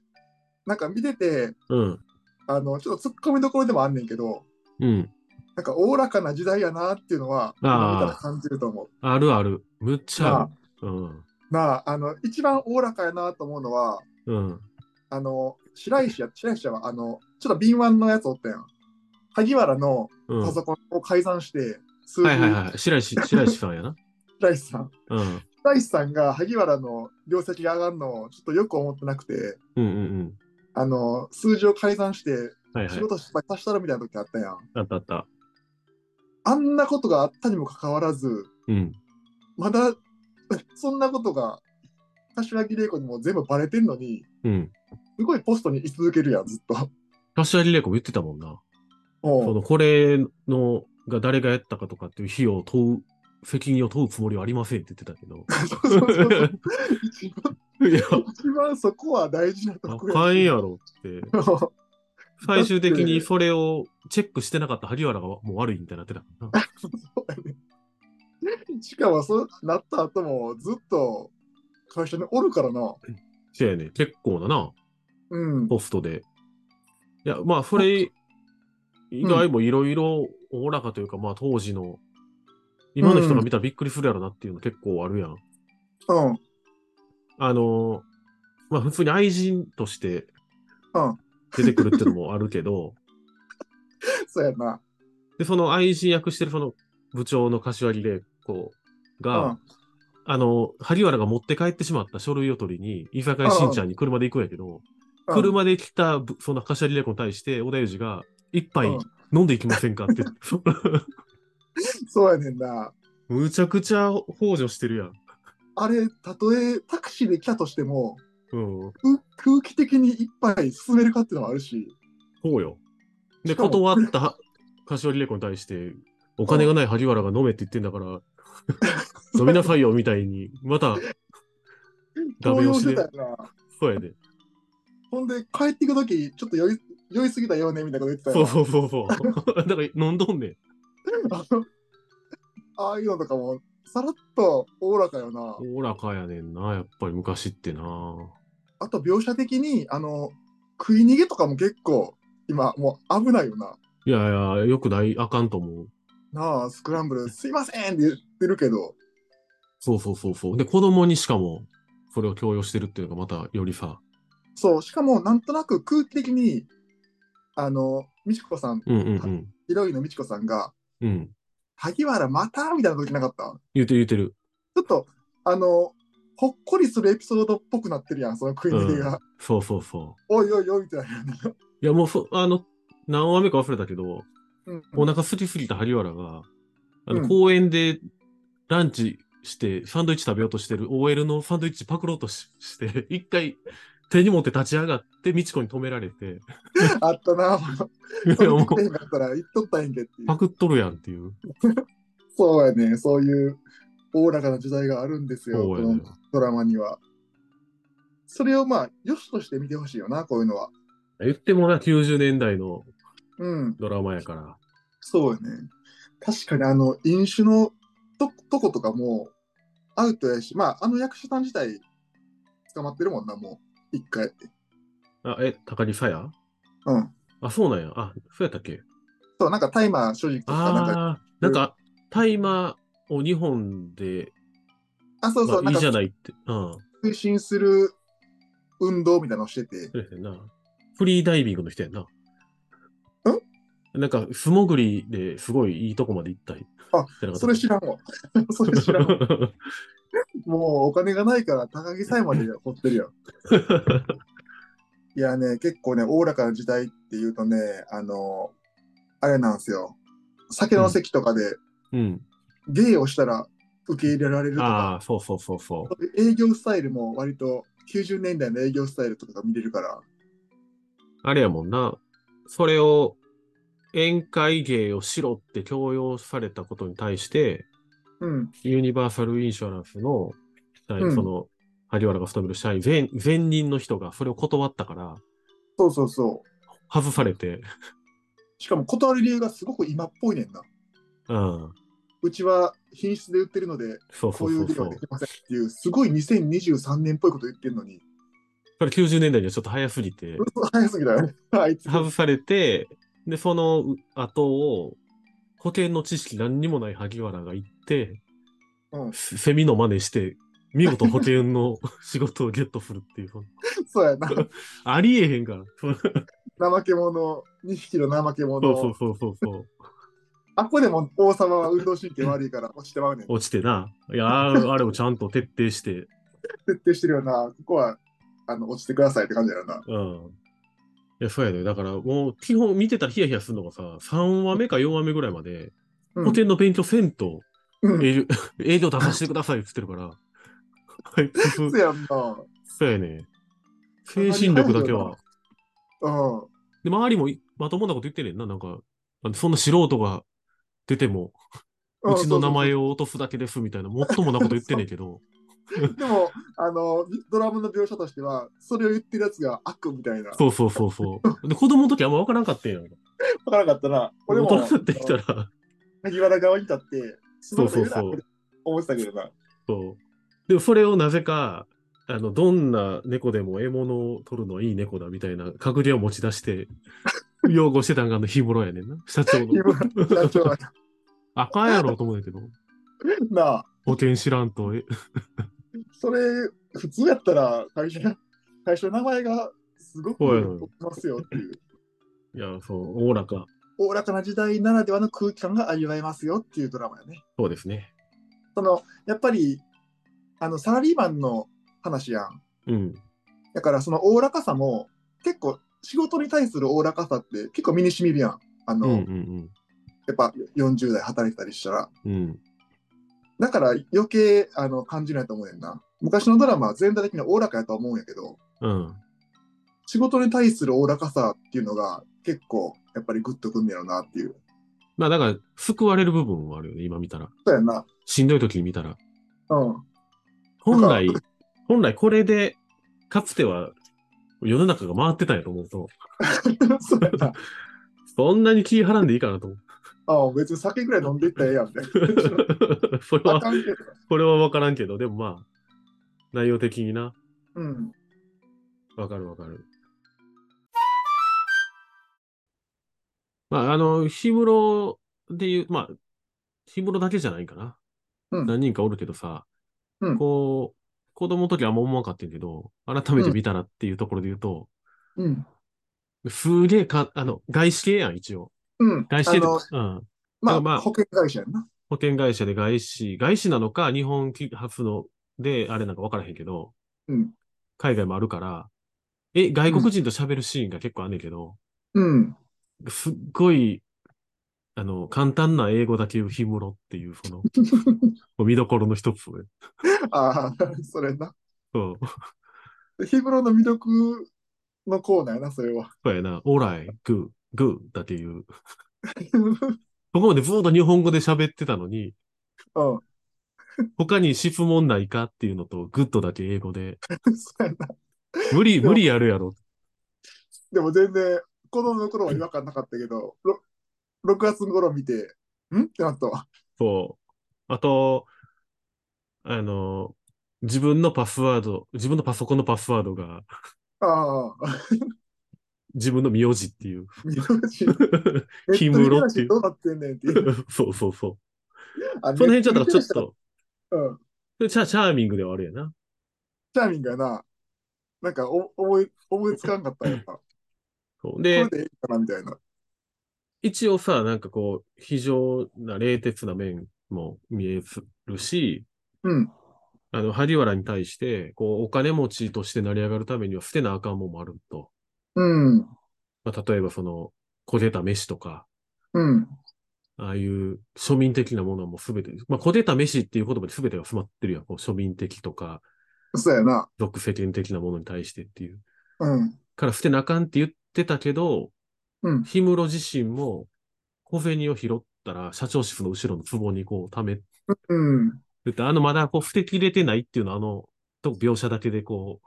[SPEAKER 2] なんか見てて、
[SPEAKER 3] うん。
[SPEAKER 2] あの、ちょっと突っ込みどころでもあんねんけど、
[SPEAKER 3] うん。
[SPEAKER 2] なんかおおらかな時代やなっていうのは、
[SPEAKER 3] あー
[SPEAKER 2] 今見たら感じると思う。
[SPEAKER 3] あるある。むっちゃあ
[SPEAKER 2] な
[SPEAKER 3] る。うん。
[SPEAKER 2] なあ、あの、一番おおらかやなと思うのは、
[SPEAKER 3] うん。
[SPEAKER 2] あの、白石や、白石やは、あの、ちょっと敏腕のやつおったやん。萩原の
[SPEAKER 3] うん。
[SPEAKER 2] パ
[SPEAKER 3] は
[SPEAKER 2] ソコンを改ざんして、数
[SPEAKER 3] い
[SPEAKER 2] 分、
[SPEAKER 3] はいはい。白石、白石さんやな。
[SPEAKER 2] 白石さん。
[SPEAKER 3] うん。
[SPEAKER 2] 白石さんが萩原の業績が上がるのをちょっとよく思ってなくて、
[SPEAKER 3] うんうん
[SPEAKER 2] あの、数字を改ざんして、
[SPEAKER 3] うん。はいは
[SPEAKER 2] 仕
[SPEAKER 3] い。
[SPEAKER 2] 事失敗させたろみたいな時あったやん。
[SPEAKER 3] あったあった。
[SPEAKER 2] あんなことがあったにもかかわらず、
[SPEAKER 3] うん。
[SPEAKER 2] まだ、 そんなことが、柏木玲子にも全部バレてんのに、
[SPEAKER 3] うん。
[SPEAKER 2] すごいポストに居続けるやん、ずっと。
[SPEAKER 3] 柏木玲子も言ってたもんな。そ
[SPEAKER 2] うん
[SPEAKER 3] の、これの、が誰がやったかとかっていう費用を問う、責任を問うつもりはありませんって言ってたけど。
[SPEAKER 2] そうそうそうそう一番
[SPEAKER 3] いや、
[SPEAKER 2] 一番そこは大事なと
[SPEAKER 3] あ
[SPEAKER 2] こや
[SPEAKER 3] かんやろ って。最終的にそれをチェックしてなかった萩原がもう悪いみたいになってたからな。
[SPEAKER 2] しかもそうなった後もずっと会社におるからな。
[SPEAKER 3] せやね、結構だな、
[SPEAKER 2] うん。
[SPEAKER 3] ポストで。いや、まあ、それ以外もいろいろおおらかというか、まあ、当時の、今の人が見たらびっくりするやろなっていうの結構あるやん。
[SPEAKER 2] うん。
[SPEAKER 3] あの、まあ、普通に愛人として
[SPEAKER 2] うん
[SPEAKER 3] 出てくるっていうのもあるけど、
[SPEAKER 2] そうやな。
[SPEAKER 3] で、その愛人役してるその部長の柏木玲子が、
[SPEAKER 2] うん
[SPEAKER 3] あの、萩原が持って帰ってしまった書類を取りに、居酒屋しんちゃんに車で行くんやけど、
[SPEAKER 2] うん
[SPEAKER 3] 車で来たぶ、その柏木玲子に対して、小田裕二が、一杯
[SPEAKER 2] うん
[SPEAKER 3] 飲んでいきませんかって。
[SPEAKER 2] そうやねんな。
[SPEAKER 3] むちゃくちゃ幇助してるやん。
[SPEAKER 2] あれ、たとえタクシーで来たとしても、
[SPEAKER 3] うん。
[SPEAKER 2] 空空気的に一杯進めるかっていうのもあるし、
[SPEAKER 3] そうよ。で、
[SPEAKER 2] しかも
[SPEAKER 3] 断った柏木玲子に対して、お金がない萩原が飲めって言って んだから、飲みなさいよみたいに、また、ダ
[SPEAKER 2] 強
[SPEAKER 3] メ押
[SPEAKER 2] 要
[SPEAKER 3] し
[SPEAKER 2] して
[SPEAKER 3] で
[SPEAKER 2] たよな。
[SPEAKER 3] そうやで。
[SPEAKER 2] ほんで、帰っていくとき、ちょっと酔い酔いすぎたよね、みたいなこと言ってたよ
[SPEAKER 3] そう
[SPEAKER 2] な。
[SPEAKER 3] そうそう そう。だから飲んどんねん。
[SPEAKER 2] ああいうのとかも、さらっとおおらかよな。
[SPEAKER 3] おおらかやねんな、やっぱり昔ってな。
[SPEAKER 2] あと、描写的に、あの、食い逃げとかも結構、今、もう危ないよな。
[SPEAKER 3] いやいや、よくない、あかんと思う。
[SPEAKER 2] なあ、スクランブル、すいませんって言ってるけど、
[SPEAKER 3] そうそうそうそう。で、子供にしかも、それを強要してるっていうのがまたよりさ。
[SPEAKER 2] そう、しかも、なんとなく空気的に、あの、美智子さん、
[SPEAKER 3] うんうんうん。
[SPEAKER 2] ヒロインの美智子さんが、
[SPEAKER 3] うん。
[SPEAKER 2] 萩原またみたいな時なかった
[SPEAKER 3] 言うてる言うてる。
[SPEAKER 2] ちょっと、あの、ほっこりするエピソードっぽくなってるやん、その食い逃げが。
[SPEAKER 3] そうそうそ
[SPEAKER 2] おいおいおいみたいな。
[SPEAKER 3] う。いや、もうそ、あの、何話目か忘れたけど、
[SPEAKER 2] うん
[SPEAKER 3] お腹すりすぎた萩原が、あ
[SPEAKER 2] う
[SPEAKER 3] の
[SPEAKER 2] ん
[SPEAKER 3] 公園でランチして、サンドイッチ食べようとしてる OL のサンドイッチパクろうとしして、 一回手に持って立ち上がって、美智子に止められて、
[SPEAKER 2] あったな。
[SPEAKER 3] い
[SPEAKER 2] そ
[SPEAKER 3] やも
[SPEAKER 2] れで
[SPEAKER 3] う
[SPEAKER 2] きてへんかったら言っとったんやんけっていう
[SPEAKER 3] パ。クっとるやんっていう。
[SPEAKER 2] そうやね、そういうおおらかな時代があるんですよ、
[SPEAKER 3] そう
[SPEAKER 2] こ
[SPEAKER 3] やね
[SPEAKER 2] のドラマには。それをまあ、よしとして見てほしいよな、こういうのは。
[SPEAKER 3] 言ってもな、90年代の
[SPEAKER 2] うん、
[SPEAKER 3] ドラマやから。
[SPEAKER 2] そうやね。確かにあの、飲酒のととことかもアウトやし、まあ、あの役者さん自体捕まってるもんな、もう、一回。
[SPEAKER 3] あ、え、高木さや
[SPEAKER 2] うん。
[SPEAKER 3] あ、そうなんや。あ、そうやったっけ
[SPEAKER 2] そう、なんかタイマー所持とか、なんか、
[SPEAKER 3] ああー、なんか、タイマーを2本で、
[SPEAKER 2] あ、そうそう、
[SPEAKER 3] まあ、いい
[SPEAKER 2] な
[SPEAKER 3] じゃ
[SPEAKER 2] んか
[SPEAKER 3] ないって。うん。
[SPEAKER 2] 推進する運動みたいなのしてて、
[SPEAKER 3] そうですよな。フリーダイビングの人やんな。なんか、素潜りですごいいいとこまで行ったり。
[SPEAKER 2] あ
[SPEAKER 3] じゃなかった、
[SPEAKER 2] それ知らんわ。 それ知らんわ。もうお金がないから高木さえまで掘ってるよ。いやね、結構ね、おおらかな時代っていうとね、あの、あれなんですよ。酒の席とかで
[SPEAKER 3] うん。
[SPEAKER 2] 芸をしたら受け入れられるとか、
[SPEAKER 3] ああ、そうそうそうそう。
[SPEAKER 2] 営業スタイルも割と90年代の営業スタイルとかが見れるから、
[SPEAKER 3] あれやもんな。それを、宴会芸をしろって強要されたことに対して、
[SPEAKER 2] うん、
[SPEAKER 3] ユニバーサルインシュアランスの社員、
[SPEAKER 2] うん
[SPEAKER 3] その、萩原が勤める社員全、全人の人がそれを断ったから、
[SPEAKER 2] そうそうそう。
[SPEAKER 3] 外されて、
[SPEAKER 2] しかも断る理由がすごく今っぽいねんな。
[SPEAKER 3] うん。
[SPEAKER 2] うちは品質で売ってるので、
[SPEAKER 3] そうそ
[SPEAKER 2] こういうう
[SPEAKER 3] そう
[SPEAKER 2] 理
[SPEAKER 3] そ
[SPEAKER 2] は
[SPEAKER 3] う
[SPEAKER 2] で。きませんっていう、すごい2023年っぽいこと言ってるのに、
[SPEAKER 3] それ90年代にはちょっと早すぎて、
[SPEAKER 2] 早すぎだよね、 あいつ。
[SPEAKER 3] 外されて、で、その後を、古典の知識何にもない萩原が行って、
[SPEAKER 2] うん
[SPEAKER 3] セセミの真似して、見事保険 の仕事をゲットするっていう。
[SPEAKER 2] そうやな。
[SPEAKER 3] ありえへんから。そう
[SPEAKER 2] 怠け者、2匹の怠け者。
[SPEAKER 3] そうそうそうそう。
[SPEAKER 2] あっこでも王様は運動神経悪いから落ちてまうねん。
[SPEAKER 3] 落ちてな。いや、あーあれをちゃんと徹底して、
[SPEAKER 2] 徹底してるよな。ここはあの落ちてくださいって感じだよな。
[SPEAKER 3] うん。いや、そうやね。だからもう、基本見てたらヒヤヒヤするのがさ、3話目か4話目ぐらいまで、
[SPEAKER 2] うん
[SPEAKER 3] 古典の勉強せんと、
[SPEAKER 2] うん。
[SPEAKER 3] 営業営業出させてくださいって言ってるから。はい、そう
[SPEAKER 2] そうやんな。
[SPEAKER 3] そうやね。精神力だけは。
[SPEAKER 2] うん。
[SPEAKER 3] で、周りもいまともなこと言ってんねんな。なんか、あのそんな素人が出ても、うちの名前
[SPEAKER 2] を。
[SPEAKER 3] を落とすだけですみたいな、もっともなこと言ってんねんけど、
[SPEAKER 2] でも、あの、ドラムの描写としては、それを言ってるやつが悪みたいな。
[SPEAKER 3] そうそうそうそう。で、子供の時あんま分からんかったんやん。
[SPEAKER 2] わからなかったな。俺
[SPEAKER 3] 大
[SPEAKER 2] も、
[SPEAKER 3] 人になってきたら、
[SPEAKER 2] 萩原側に立って、
[SPEAKER 3] そうそう
[SPEAKER 2] そ
[SPEAKER 3] そ
[SPEAKER 2] の
[SPEAKER 3] う。
[SPEAKER 2] 思ってたけどな。
[SPEAKER 3] そう。でもそれをなぜか、あの、どんな猫でも獲物を取るのいい猫だみたいな隔離を持ち出 して、擁護してたんがあの日頃やねんな。社長の。
[SPEAKER 2] 今、社長 は
[SPEAKER 3] あかんやろうと思うんだけど、
[SPEAKER 2] なあ、
[SPEAKER 3] 保険知らんと、え
[SPEAKER 2] それ、普通やったら、会社、会社の名前がすごく
[SPEAKER 3] そうやろ
[SPEAKER 2] 落ちますよっていう。
[SPEAKER 3] いや、そう、おおらか。
[SPEAKER 2] おおらかな時代ならではの空気感が味わえますよっていうドラマやね。
[SPEAKER 3] そうですね。
[SPEAKER 2] そのやっぱりあのサラリーマンの話やん。
[SPEAKER 3] うん。
[SPEAKER 2] だからそのおおらかさも結構仕事に対するおおらかさって結構身にしみるやん。あの、
[SPEAKER 3] うん
[SPEAKER 2] やっぱ40代働いてたりしたら。
[SPEAKER 3] うんうん。うん。
[SPEAKER 2] だから余計あの感じないと思うねんな。昔のドラマは全体的におおらかやとは思うんやけど、
[SPEAKER 3] うん。
[SPEAKER 2] 仕事に対するおおらかさっていうのが結構やっぱりグッとくんねやろなっていう。
[SPEAKER 3] まあだから、救われる部分もあるよね、今見たら。
[SPEAKER 2] そうやな。
[SPEAKER 3] しんどい時に見たら。
[SPEAKER 2] うん。
[SPEAKER 3] 本 来、本来これで、かつては世の中が回ってたんやと思うと、
[SPEAKER 2] そうやな。
[SPEAKER 3] そんなに気払んでいいかなと思う。
[SPEAKER 2] ああ、別に酒ぐらい飲んでいったらええや んみたい
[SPEAKER 3] それ
[SPEAKER 2] な。あ
[SPEAKER 3] は、
[SPEAKER 2] かんけど。
[SPEAKER 3] これは分からんけど、でもまあ、内容的にな、
[SPEAKER 2] うん。
[SPEAKER 3] わかるわかる。まあ、あの、氷室でいう、まあ、氷室だけじゃないかな。
[SPEAKER 2] うん
[SPEAKER 3] 何人かおるけどさ、
[SPEAKER 2] うん
[SPEAKER 3] こう、子供の時はあんま思わんかったんやけど、改めて見たらっていうところで言うと、
[SPEAKER 2] うん。
[SPEAKER 3] すげえか、あの、外資系やん、一応。
[SPEAKER 2] うん。
[SPEAKER 3] 外資系
[SPEAKER 2] あ
[SPEAKER 3] で、
[SPEAKER 2] の
[SPEAKER 3] うん。
[SPEAKER 2] まあ、
[SPEAKER 3] まあ
[SPEAKER 2] 保険会社やんな。
[SPEAKER 3] 保険会社で外資、外資なのか、日本企発ので、あれなんか分からへんけど、
[SPEAKER 2] うん
[SPEAKER 3] 海外もあるから、え、外国人と喋るシーンが結構あんねんけど、
[SPEAKER 2] うん。
[SPEAKER 3] すっごい、あの、簡単な英語だけ言う氷室っていう、そ の、見どころの一つ。
[SPEAKER 2] ああ、それな。
[SPEAKER 3] そう、
[SPEAKER 2] ヒブロの魅力のコーナーやな、それは。
[SPEAKER 3] そうやな、オーライ、グー、グーだけ言う。そこまでずっと日本語で喋ってたのに、
[SPEAKER 2] うん。
[SPEAKER 3] 他に質問ないかっていうのと、グッドだけ英語で、
[SPEAKER 2] そうやな。
[SPEAKER 3] 無理、
[SPEAKER 2] でも
[SPEAKER 3] 無理やるやろ。
[SPEAKER 2] でも全然、子供の頃は違和感なかったけど、ろ6月頃見て、んってなったわ。
[SPEAKER 3] そう。あと、あの、自分のパスワード、自分のパソコンのパスワードが、
[SPEAKER 2] ああ、
[SPEAKER 3] 自分の名字っていう。
[SPEAKER 2] 見ろし。
[SPEAKER 3] ヒムロってい
[SPEAKER 2] ネット見てる人
[SPEAKER 3] う
[SPEAKER 2] どうなってんねんって いう。
[SPEAKER 3] そうそうそう。
[SPEAKER 2] あ
[SPEAKER 3] その辺ちょっと、ち
[SPEAKER 2] ネ
[SPEAKER 3] ょっ。
[SPEAKER 2] ット見てる
[SPEAKER 3] と、
[SPEAKER 2] 人うん。
[SPEAKER 3] チャチャーミングではあるやな。
[SPEAKER 2] チャーミングやな。なんかお思い、思いつかんかったやっぱ。こ
[SPEAKER 3] そう
[SPEAKER 2] れ
[SPEAKER 3] で、
[SPEAKER 2] でいいかなみたいな。
[SPEAKER 3] 一応さ、なんかこう、非常な冷徹な面も見えるし、
[SPEAKER 2] うん。
[SPEAKER 3] あの、萩原に対して、こう、お金持ちとして成り上がるためには捨てなあかんもんもあると。
[SPEAKER 2] うん。
[SPEAKER 3] まあ、例えばその、焦げた飯とか、
[SPEAKER 2] うん。
[SPEAKER 3] ああいう庶民的なものはもうすべて、まあ、焦げた飯っていう言葉で全てが詰まってるやん。こう庶民的とか、
[SPEAKER 2] そうやな。
[SPEAKER 3] 俗世間的なものに対してっていう。
[SPEAKER 2] うん。
[SPEAKER 3] から捨てなあかんって言ってたけど、
[SPEAKER 2] うん。
[SPEAKER 3] 氷室自身も小銭を拾ったら社長室の後ろの壺にこう貯め
[SPEAKER 2] うん。
[SPEAKER 3] てて、あのまだこう、不てきれてないっていうのはあの、と描写だけでこ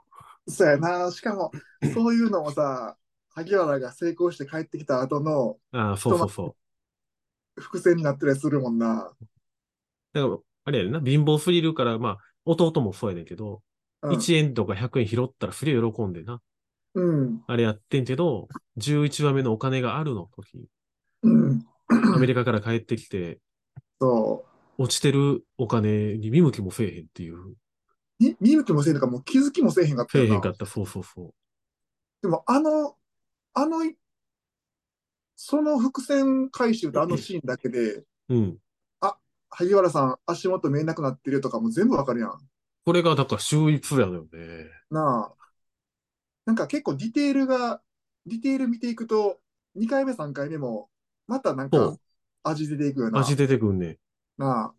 [SPEAKER 2] そうやな。しかも、そういうのもさ、萩原が成功して帰ってきた後の
[SPEAKER 3] う、ああ、そうそうそう。
[SPEAKER 2] 伏線になってたりするもんな。
[SPEAKER 3] だから、あれやねんな、貧乏すぎるから、まあ、弟もそうやねんけど、
[SPEAKER 2] うん。
[SPEAKER 3] 1円とか100円拾ったらすげえ喜んでな、
[SPEAKER 2] うん。
[SPEAKER 3] あれやってんけど、11話目のお金があるの時、
[SPEAKER 2] うん。
[SPEAKER 3] アメリカから帰ってきて、
[SPEAKER 2] そ
[SPEAKER 3] 落ちてるお金に見向きもせえへんっていう、
[SPEAKER 2] う。み見向きもせんとか、もう気づきもせえへんかった
[SPEAKER 3] せえ
[SPEAKER 2] よ
[SPEAKER 3] へ
[SPEAKER 2] なん
[SPEAKER 3] かった、そうそうそ
[SPEAKER 2] でも、あの、あのい、その伏線回収とあのシーンだけで、
[SPEAKER 3] う。うん。
[SPEAKER 2] 萩原さん足元見えなくなってるよとかも全部わかるやん。
[SPEAKER 3] これが、だから、秀逸やのよね。
[SPEAKER 2] なあ。なんか結構ディテールが、ディテール見ていくと、2回目、3回目も、またなん
[SPEAKER 3] そ
[SPEAKER 2] か
[SPEAKER 3] う
[SPEAKER 2] 味出ていくよな。
[SPEAKER 3] 味出てくんねん。
[SPEAKER 2] な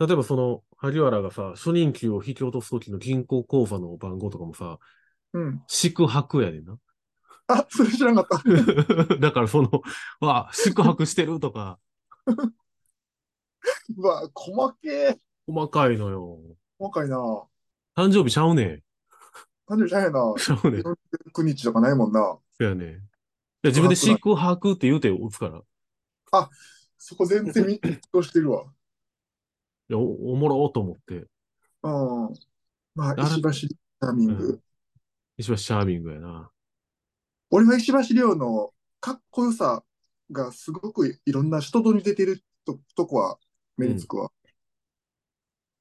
[SPEAKER 2] あ。
[SPEAKER 3] 例えばその、萩原がさ、初任給を引き落とすときの銀行口座の番号とかもさ、
[SPEAKER 2] うん。
[SPEAKER 3] 宿泊やねんな。
[SPEAKER 2] あ、それ知らなかった。
[SPEAKER 3] だからその、わあ、宿泊してるとか、
[SPEAKER 2] うわ、細けえ。
[SPEAKER 3] 細かいのよ。
[SPEAKER 2] 細かいな。
[SPEAKER 3] 誕生日ちゃうねん。
[SPEAKER 2] 誕生日じゃないな。
[SPEAKER 3] ちゃうねん。そ
[SPEAKER 2] 9日とかないもんな。
[SPEAKER 3] やねん。いや自分で宿泊って言うて打つから。い
[SPEAKER 2] そこ全 然見通してるわ。
[SPEAKER 3] やおおもろーと思って。
[SPEAKER 2] うん。まあ、
[SPEAKER 3] ら
[SPEAKER 2] 石橋チャーミング。
[SPEAKER 3] うん石橋チャーミングやな。
[SPEAKER 2] 俺は石橋亮のかっこよさがすごくいろんな人と似ててるととこは目につくわ。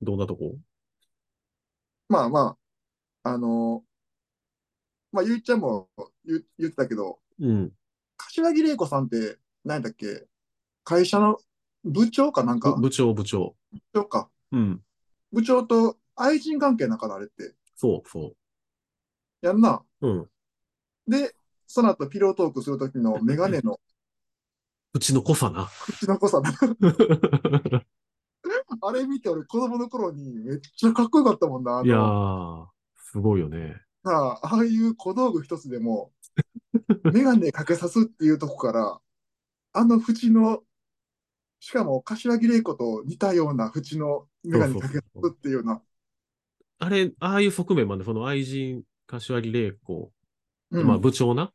[SPEAKER 3] どんなとこ
[SPEAKER 2] まあまあ、あのまあ、ゆいちゃんも言言ってたけど、
[SPEAKER 3] うん。
[SPEAKER 2] 柏木玲子さんって、何だっけ、会社の部長かなんか、
[SPEAKER 3] ぶ部長、部長。
[SPEAKER 2] 部長か。
[SPEAKER 3] うん。
[SPEAKER 2] 部長と愛人関係なんかな、あれって。
[SPEAKER 3] そう、そ
[SPEAKER 2] やんな。
[SPEAKER 3] う。うん。
[SPEAKER 2] で、その後ピロートークする時のメガネの
[SPEAKER 3] うちの濃さな。
[SPEAKER 2] 口の濃さ、あれ見て俺子供の頃にめっちゃかっこよかったもんな。あの
[SPEAKER 3] いやー、すごいよね。
[SPEAKER 2] さあ、ああいう小道具一つでも、メガネかけさすっていうとこから、あの縁の、しかも柏木玲子と似たような縁のメガネかけさすっていうような。
[SPEAKER 3] あれ、ああいう側面まで、その愛人、柏木玲子、
[SPEAKER 2] うん
[SPEAKER 3] まあ部長な、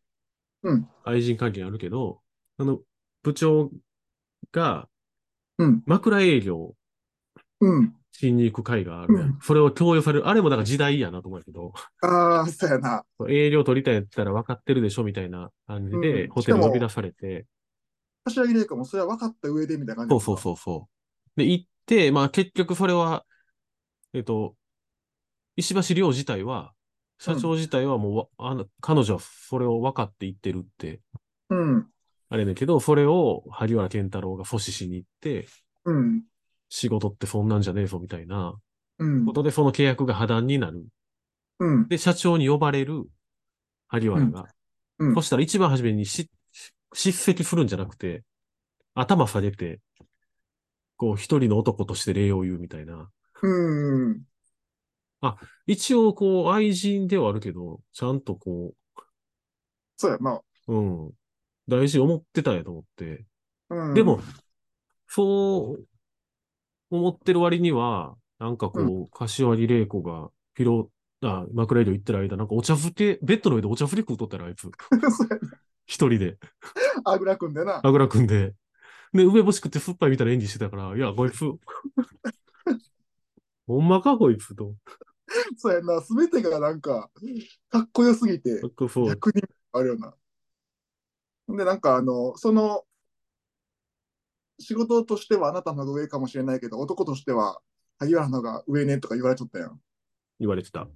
[SPEAKER 2] うん
[SPEAKER 3] 愛人関係あるけど、あの、部長が
[SPEAKER 2] うん、
[SPEAKER 3] 枕営業
[SPEAKER 2] うん。
[SPEAKER 3] しに行く会があるやん、
[SPEAKER 2] うん
[SPEAKER 3] それを共有される。あれもなんか時代やなと思うんやけど、
[SPEAKER 2] ああ、そうやな。
[SPEAKER 3] 営業取りたいやったら分かってるでしょみたいな感じで、
[SPEAKER 2] うん
[SPEAKER 3] ホテル
[SPEAKER 2] しかも
[SPEAKER 3] 呼び出されて、
[SPEAKER 2] 柏木玲子もそれは分かった上でみたいな感じ。
[SPEAKER 3] そうそうそうそう。で、行って、まあ結局それは、えっと、石橋亮自体は、社長自体はもうわ、あの、彼女はそれを分かって言ってるって、
[SPEAKER 2] う。うん、
[SPEAKER 3] あれだけど、それを萩原健太郎が阻止しに行って、
[SPEAKER 2] うん、
[SPEAKER 3] 仕事ってそんなんじゃねえぞみたいな
[SPEAKER 2] うん
[SPEAKER 3] こ、とで、その契約が破談になる。
[SPEAKER 2] うん、
[SPEAKER 3] で、社長に呼ばれる萩原が。
[SPEAKER 2] うんうん
[SPEAKER 3] そしたら一番初めにし叱責するんじゃなくて、頭下げて、こう一人の男として礼を言うみたいな。
[SPEAKER 2] うん、
[SPEAKER 3] 一応こう愛人ではあるけど、ちゃんとこ
[SPEAKER 2] そうやな。
[SPEAKER 3] う、うん、大事に思ってたんやと思って。
[SPEAKER 2] うん、
[SPEAKER 3] でも、、そう思ってる割には、なんかこう、柏木玲子がピロ、あ、枕営業行ってる間、なんかお茶漬け、ベッドの上でお茶漬け食うとったら、あいつ。
[SPEAKER 2] そうや
[SPEAKER 3] 一人で、
[SPEAKER 2] あぐら組んでな。
[SPEAKER 3] あぐら組んで。で、梅干し食って酸っぱいみたいな演技してたから、いや、こいつ。ほんまか、こいつと。
[SPEAKER 2] そうやな。すべてがなんか、かっこよすぎて。
[SPEAKER 3] なんかそう。
[SPEAKER 2] 逆にあるような。ほんで、なんか、あの、その、仕事としてはあなたの方が上かもしれないけど、男としては萩原の方が上ねとか言われちゃったやん。
[SPEAKER 3] 言われてた。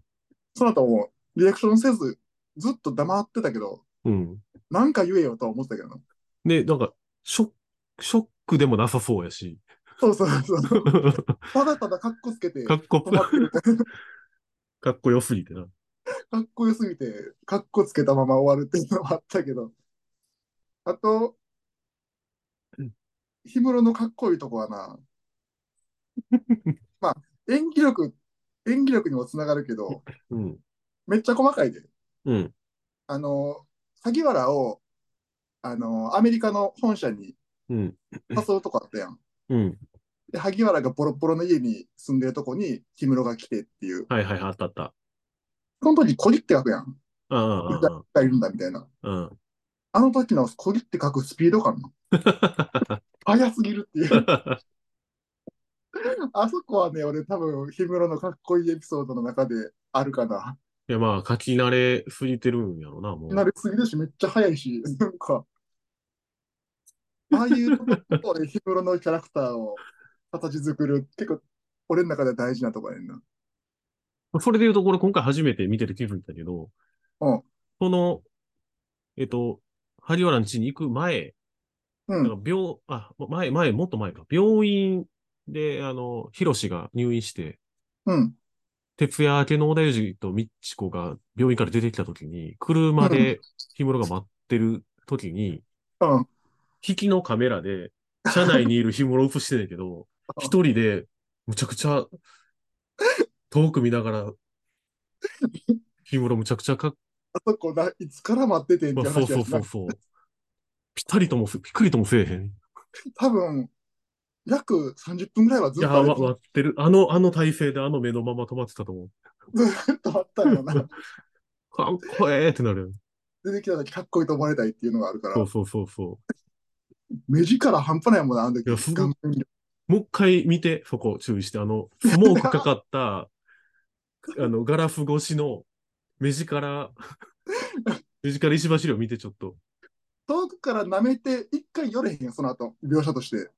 [SPEAKER 2] その後もうリアクションせず、ずっと黙ってたけど、
[SPEAKER 3] うん。
[SPEAKER 2] なんか言えよとは思ってたけどな。
[SPEAKER 3] で、なんか、ショック、ショックでもなさそうや し。
[SPEAKER 2] そうそうそう。ただただかっこつけて、
[SPEAKER 3] か
[SPEAKER 2] かっ
[SPEAKER 3] っこ、 かっこよすぎてな。
[SPEAKER 2] こよすぎて、かっこつけたまま終わるっていうのもあったけど。あと
[SPEAKER 3] うん、
[SPEAKER 2] 氷室のかっこいいとこは な、演技力、演技力にもつながるけど、
[SPEAKER 3] うん。
[SPEAKER 2] めっちゃ細かいで。
[SPEAKER 3] うん。
[SPEAKER 2] あの、萩原を、あの、アメリカの本社に
[SPEAKER 3] うん。
[SPEAKER 2] 誘うとこあったやん。
[SPEAKER 3] うん。
[SPEAKER 2] で、萩原がボロボロの家に住んでるとこに、氷室が来てっていう。
[SPEAKER 3] はいはいはい、あったあった。
[SPEAKER 2] その時、こりって書くやん。
[SPEAKER 3] ああああ、
[SPEAKER 2] がいるんだみたいな。
[SPEAKER 3] うん。
[SPEAKER 2] あの時のこりって書くスピード感の。 速すぎるっていう。あそこはね、俺多分、氷室のかっこいいエピソードの中であるかな。
[SPEAKER 3] いや、まあ、書き慣れすぎてるんやろな、もう。
[SPEAKER 2] 慣れすぎるし、めっちゃ速いし、なんか、ああいうとこ俺、日頃のキャラクターを形作る、結構、俺の中では大事なとこやねんな。
[SPEAKER 3] それで言うと、これ今回初めて見てる気分だけど、
[SPEAKER 2] うん
[SPEAKER 3] この、えっと、萩原の家に行く前、
[SPEAKER 2] う
[SPEAKER 3] だ
[SPEAKER 2] ん
[SPEAKER 3] から病、あ、前、前、もっと前か。病院で、あの、ヒロシが入院して、
[SPEAKER 2] うん、
[SPEAKER 3] 徹夜明けの小田裕二とみっちこが病院から出てきた時に、車で氷室が待ってる時に、
[SPEAKER 2] うん、、
[SPEAKER 3] 引きのカメラで、車内にいる氷室映してんねんけど 一人で、むちゃくちゃ、遠く見ながら、氷室むちゃくちゃかっ、
[SPEAKER 2] あそこだ、いつから待っててんっ
[SPEAKER 3] まあ
[SPEAKER 2] て
[SPEAKER 3] そう
[SPEAKER 2] 話や
[SPEAKER 3] そう
[SPEAKER 2] し
[SPEAKER 3] そ
[SPEAKER 2] な
[SPEAKER 3] う。そう。ぴったりともせ、ぴっくりともせえへん。
[SPEAKER 2] 多分、約30分ぐらいはず
[SPEAKER 3] い
[SPEAKER 2] っと
[SPEAKER 3] や、
[SPEAKER 2] あれ
[SPEAKER 3] わ、割ってる。あの、あの体勢であの目のまま止まってたと思う。
[SPEAKER 2] ずっとあったんやな。
[SPEAKER 3] かっこええってなる。
[SPEAKER 2] 出てきた時かっこいいと思われたいっていうのがあるか
[SPEAKER 3] そ
[SPEAKER 2] ら
[SPEAKER 3] う、そうそうそ
[SPEAKER 2] 目力半端ないもんな、あの時
[SPEAKER 3] いやす。ごい
[SPEAKER 2] 顔面力
[SPEAKER 3] う。もう一回見て、そこ注意して、あの、スモークかかった、あの、ガラフ越しの目力、目力石橋を見てちょっと。
[SPEAKER 2] 遠くから舐めて、一回寄れへんやん、その後、描写として。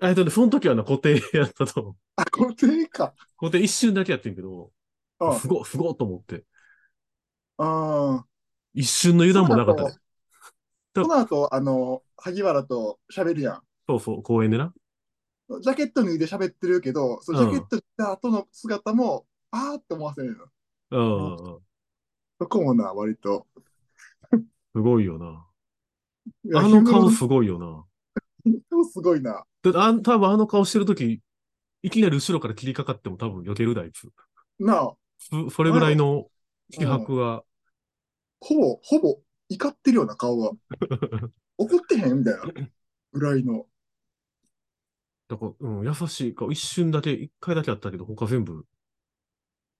[SPEAKER 3] えっとね、その時はな、固定やったと思う。
[SPEAKER 2] あ、これいか。
[SPEAKER 3] 固定一瞬だけやってんけど、
[SPEAKER 2] うん、
[SPEAKER 3] すごい、すごいと思って。
[SPEAKER 2] あー
[SPEAKER 3] 一瞬の油断もなかったね。
[SPEAKER 2] その後、あの、萩原と喋るや
[SPEAKER 3] そうそう、公園でな。
[SPEAKER 2] ん。ジャケット脱いで喋ってるけど、そのジャケット脱いだ後の姿も、あーって思わせるの。
[SPEAKER 3] うん。
[SPEAKER 2] そこもな、割と。
[SPEAKER 3] すごいよな。
[SPEAKER 2] いや
[SPEAKER 3] あの顔
[SPEAKER 2] ヒ
[SPEAKER 3] すごいよな。
[SPEAKER 2] ムロすごいな。
[SPEAKER 3] だってあん、多分あの顔してるとき、いきなり後ろから切りかかっても多分避けるだ、あいつ。
[SPEAKER 2] なあ、
[SPEAKER 3] そそれぐらいの気迫が。
[SPEAKER 2] ほぼ、ほぼ怒ってるような 顔が。怒ってへんみたいな。ぐらいの。
[SPEAKER 3] だから、うん、優しい顔。一瞬だけ、一回だけあったけど、他全部。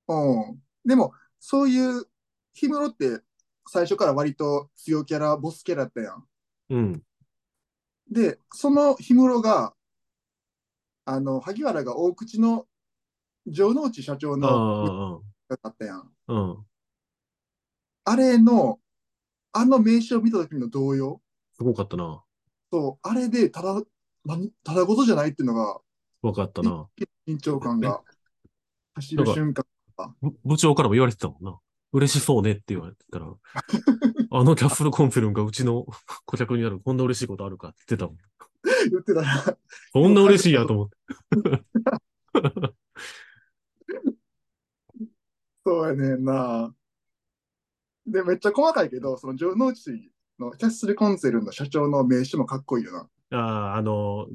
[SPEAKER 2] うん。でも、そういう、ヒムロって最初から割と強キャラ、ボスキャラだったやん。
[SPEAKER 3] うん。
[SPEAKER 2] で、その氷室が、あの、萩原が大口の城之内社長
[SPEAKER 3] あ
[SPEAKER 2] の
[SPEAKER 3] あ
[SPEAKER 2] だったやん。
[SPEAKER 3] ああ、うん。
[SPEAKER 2] あれの、あの名刺を見た時の動揺
[SPEAKER 3] すごかったな。
[SPEAKER 2] と、あれでただ、何ただごとじゃないっていうのが、
[SPEAKER 3] わかったな。
[SPEAKER 2] 緊張感が走る瞬間。
[SPEAKER 3] ぶ部長からも言われてたもんな。嬉しそうねって言われてた ら、あのキャッフルコンフィルムがうちの顧客になる、こんな嬉しいことあるかって言ってたもん。
[SPEAKER 2] 言ってたら、
[SPEAKER 3] こんな嬉しいやと思 って。
[SPEAKER 2] そうやねんな。で、めっちゃ細かいけど、その城之内のキャッスルコンセルの社長の名刺もかっこいいよな。
[SPEAKER 3] ああ、あの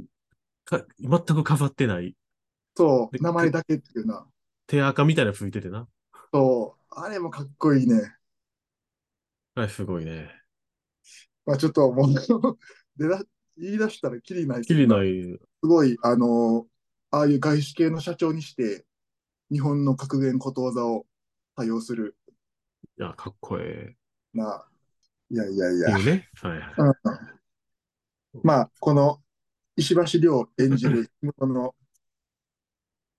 [SPEAKER 3] か、全く飾ってない、
[SPEAKER 2] そう、
[SPEAKER 3] で
[SPEAKER 2] 名前だけっていうな。
[SPEAKER 3] 手垢みたいなのついててな。
[SPEAKER 2] そう、あれもかっこいいね。
[SPEAKER 3] はい、すごいね。
[SPEAKER 2] まあちょっともう 出だ、言い出したらキリない。
[SPEAKER 3] きりないい。
[SPEAKER 2] すごい、あのーああいう外資系の社長にして、日本の格言ことわざを多用する
[SPEAKER 3] いや、かっこえ
[SPEAKER 2] な。いやいやい
[SPEAKER 3] え。
[SPEAKER 2] や。
[SPEAKER 3] っていうね。はい。
[SPEAKER 2] うんまあ、この石橋亮演じる妹の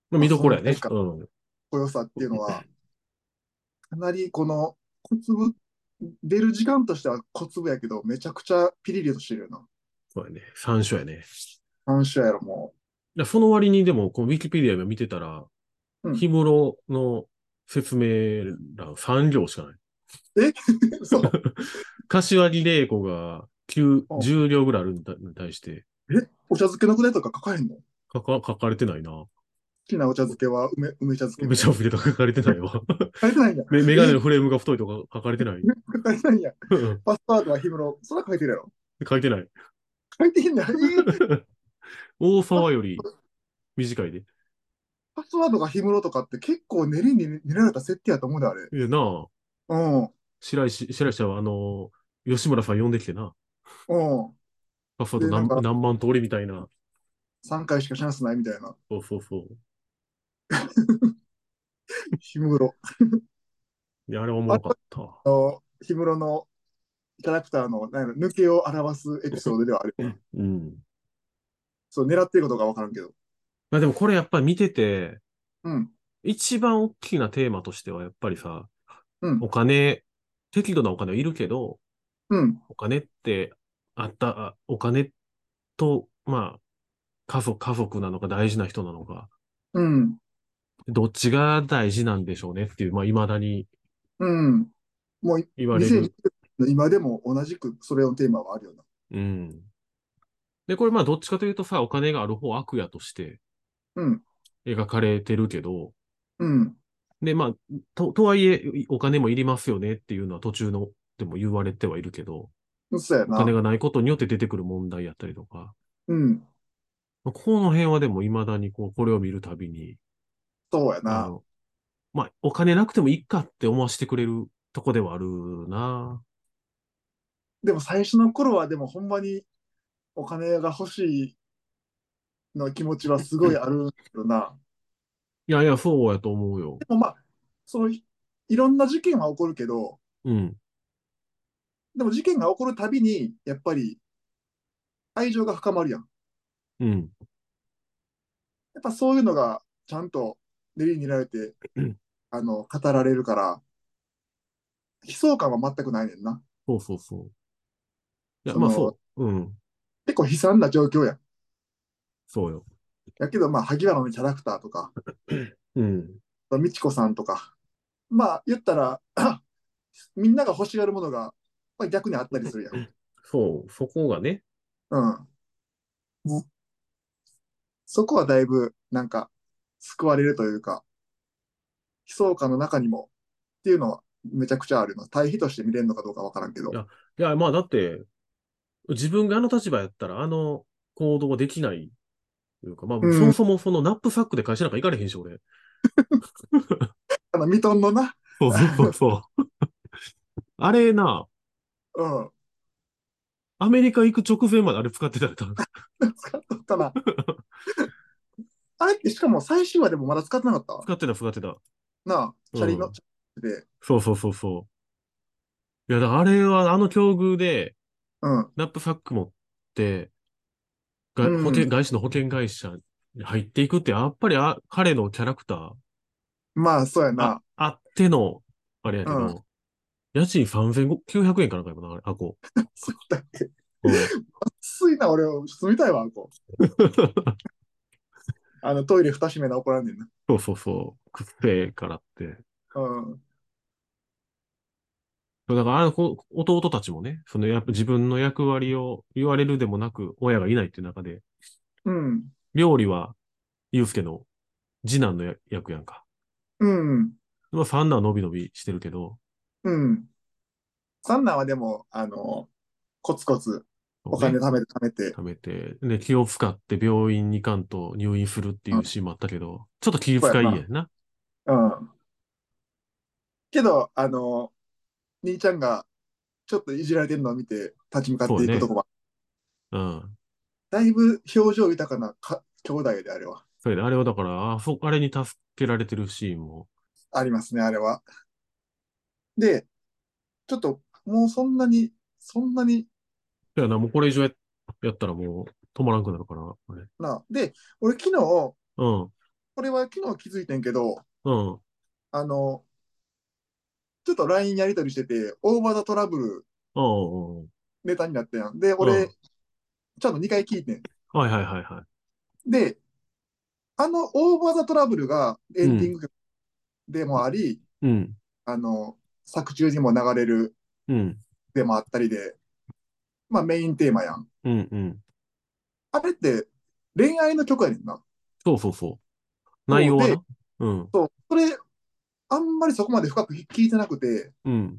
[SPEAKER 3] まあ、見どころやね。。
[SPEAKER 2] そううんおよさっていうのは、かなりこの小粒、出る時間としては小粒やけど、めちゃくちゃピリリとしてるよな。
[SPEAKER 3] そうやね。三所やね。
[SPEAKER 2] 感謝やろ、も
[SPEAKER 3] いやその割にでも、こうウィキペディア今見てたら、
[SPEAKER 2] うん
[SPEAKER 3] 氷室の説明欄3行しかない。
[SPEAKER 2] う。そう。
[SPEAKER 3] 柏木玲子が9
[SPEAKER 2] あ、
[SPEAKER 3] 10行ぐらいあるのに対して、
[SPEAKER 2] お茶漬けのくだりとか書かへんの好
[SPEAKER 3] 書か書かれてないな。
[SPEAKER 2] きなお茶漬けは梅梅茶漬け。
[SPEAKER 3] めちゃふりとか書かれてない わ。
[SPEAKER 2] 書いてないんや。
[SPEAKER 3] メメガネのフレームが太いとか書かれ てない。
[SPEAKER 2] 書いてないんや。
[SPEAKER 3] うん
[SPEAKER 2] パスワードは氷室。そら書いてるやろ。
[SPEAKER 3] 書いてない。
[SPEAKER 2] 書いてへんねん。えー
[SPEAKER 3] 大沢より短いで。
[SPEAKER 2] パスワードが氷室とかって結構練りに練られた設定やと思うで、あれ。
[SPEAKER 3] いやなあ、
[SPEAKER 2] うん。
[SPEAKER 3] 白石、白石はあの、吉村さん呼んできてな。
[SPEAKER 2] うん。
[SPEAKER 3] パスワード
[SPEAKER 2] でなん
[SPEAKER 3] 何
[SPEAKER 2] か
[SPEAKER 3] 何万通りみたいな。
[SPEAKER 2] 3回しかチャンスないみたいな。
[SPEAKER 3] そうそうそう。
[SPEAKER 2] 氷室。
[SPEAKER 3] いや、あれ面白かった。
[SPEAKER 2] あの氷室のキャラクターのなんやろ抜けを表すエピソードではある。
[SPEAKER 3] うん。
[SPEAKER 2] そう、狙ってることが分からんけど。
[SPEAKER 3] まあでもこれやっぱり見てて、
[SPEAKER 2] うん。
[SPEAKER 3] 一番大きなテーマとしてはやっぱりさ、
[SPEAKER 2] うん
[SPEAKER 3] お金、適度なお金はいるけど、
[SPEAKER 2] うん。
[SPEAKER 3] お金ってあった、あお金と、まあ、家族、家族なのか大事な人なのか、
[SPEAKER 2] うん。
[SPEAKER 3] どっちが大事なんでしょうねっていう、まあ未だに
[SPEAKER 2] うん。もう
[SPEAKER 3] 言われ
[SPEAKER 2] 2020年
[SPEAKER 3] る。
[SPEAKER 2] の今でも同じくそれのテーマはあるよな。
[SPEAKER 3] うん。で、これまあどっちかというとさ、お金がある方を悪やとして
[SPEAKER 2] うん。
[SPEAKER 3] 描かれてるけど、
[SPEAKER 2] うん。
[SPEAKER 3] で、まあ、と、とはいえ、お金もいりますよねっていうのは途中のでも言われてはいるけど、
[SPEAKER 2] そうや
[SPEAKER 3] お
[SPEAKER 2] な。
[SPEAKER 3] 金がないことによって出てくる問題やったりとか、
[SPEAKER 2] うん。
[SPEAKER 3] まあこの辺はでも未だにこう、これを見るたびに、
[SPEAKER 2] そうや
[SPEAKER 3] あ
[SPEAKER 2] な。
[SPEAKER 3] の、まあ、お金なくてもいいかって思わせてくれるとこではあるな。
[SPEAKER 2] でも最初の頃はでもほんまにお金が欲しいの気持ちはすごいあるけどな。
[SPEAKER 3] いやいや、そうやと思うよ。
[SPEAKER 2] でもまあ、そのいいろんな事件は起こるけど、
[SPEAKER 3] うん。
[SPEAKER 2] でも事件が起こるたびに、やっぱり愛情が深まるやん。
[SPEAKER 3] うん。
[SPEAKER 2] やっぱそういうのがちゃんと練りにられて
[SPEAKER 3] うん、
[SPEAKER 2] あの、語られるから、悲壮感は全くないねんな。
[SPEAKER 3] そうそうそう。いや、
[SPEAKER 2] その
[SPEAKER 3] まあそう。うん。
[SPEAKER 2] 結構悲惨な状況やん。
[SPEAKER 3] そうよ。
[SPEAKER 2] やけど、まあ、萩原のキャラクターとか、
[SPEAKER 3] うん。
[SPEAKER 2] 美智子さんとか、まあ言ったら、 みんなが欲しがるものが、まあ、逆にあったりするやん。
[SPEAKER 3] そう、そこがね。
[SPEAKER 2] うん。そこはだいぶ、なんか、救われるというか、悲壮感の中にも、っていうのはめちゃくちゃあるの。対比として見れるのかどうかわからんけど
[SPEAKER 3] い。やいや、まあだって、自分があの立場やったら、あの行動できないというか、まあ、
[SPEAKER 2] うん
[SPEAKER 3] そもそもそのナップサックで会社なんか行かれへんし、俺。
[SPEAKER 2] あの、ミトンのな、
[SPEAKER 3] そうそうそうそう。 あれな、
[SPEAKER 2] うん、
[SPEAKER 3] アメリカ行く直前まであれ使ってたら多分、
[SPEAKER 2] 使っとったな。あれってしかも最終話でもまだ使ってなかった
[SPEAKER 3] 使ってた、使ってた。
[SPEAKER 2] なあ、チャリの、
[SPEAKER 3] うん
[SPEAKER 2] チャリで。
[SPEAKER 3] そうそうそうそう。いや、だからあれは、あの境遇で、
[SPEAKER 2] うん、
[SPEAKER 3] ナップサック持って、が
[SPEAKER 2] うん
[SPEAKER 3] 保険、外資の保険会社に入っていくって、やっぱりあ彼のキャラクター、
[SPEAKER 2] まあ、そうや
[SPEAKER 3] あ
[SPEAKER 2] な。
[SPEAKER 3] あっての、あれやけど、
[SPEAKER 2] うん
[SPEAKER 3] 家賃3900円かなんかやもんな、あれあこ。
[SPEAKER 2] そうだっけ。
[SPEAKER 3] うん
[SPEAKER 2] 暑いな、俺、住みたいわ、あ んこあの、トイレ二閉めな怒らんねんな。
[SPEAKER 3] そうそうそう。くっせえからって。
[SPEAKER 2] うん、
[SPEAKER 3] そうだからあのこ、弟たちもね、そのやっぱ自分の役割を言われるでもなく、親がいないっていう中で、
[SPEAKER 2] うん、
[SPEAKER 3] 料理は、祐介の次男のや役やんか。
[SPEAKER 2] うん、
[SPEAKER 3] まあ、三男は伸び伸びしてるけど、
[SPEAKER 2] うん。三男はでも、あの、コツコツお金
[SPEAKER 3] ね
[SPEAKER 2] 貯めて貯めて、
[SPEAKER 3] 貯めて、で、気を使って病院に行かんと入院するっていうシーンもあったけど、ちょっと気遣いやんな。
[SPEAKER 2] うん。けど、あの、兄ちゃんがちょっといじられてるのを見て立ち向かっていくとこは、
[SPEAKER 3] うん。
[SPEAKER 2] だいぶ表情豊かなか兄弟であれは。
[SPEAKER 3] そうやねあれはだから、あそあれに助けられてるシーンも。
[SPEAKER 2] ありますね、あれは。で、ちょっともうそんなに、そんなに
[SPEAKER 3] いやな、もうこれ以上ややったらもう止まらんくなるから、あれ。
[SPEAKER 2] な。で、俺昨日、こ
[SPEAKER 3] うん、
[SPEAKER 2] れは昨日気づいてんけど、
[SPEAKER 3] うん。
[SPEAKER 2] あの、ちょっと LINE やり取りしてて、オーバーザトラブル
[SPEAKER 3] うんうんうん
[SPEAKER 2] ネタになったやん。で、俺、
[SPEAKER 3] うん
[SPEAKER 2] ちゃんと2回聞いてん。
[SPEAKER 3] はいはいはいはい。
[SPEAKER 2] で、あのオーバーザトラブルがエンディング曲でもあり、
[SPEAKER 3] うん、
[SPEAKER 2] あの、作中にも流れる
[SPEAKER 3] うん、
[SPEAKER 2] でもあったりで、まあメインテーマやん。
[SPEAKER 3] うん、うん。
[SPEAKER 2] あれって恋愛の曲やねんな。
[SPEAKER 3] そうそうそう。内容は
[SPEAKER 2] で
[SPEAKER 3] な。うん、
[SPEAKER 2] そう、それ、あんまりそこまで深く聞いてなくて、
[SPEAKER 3] うん。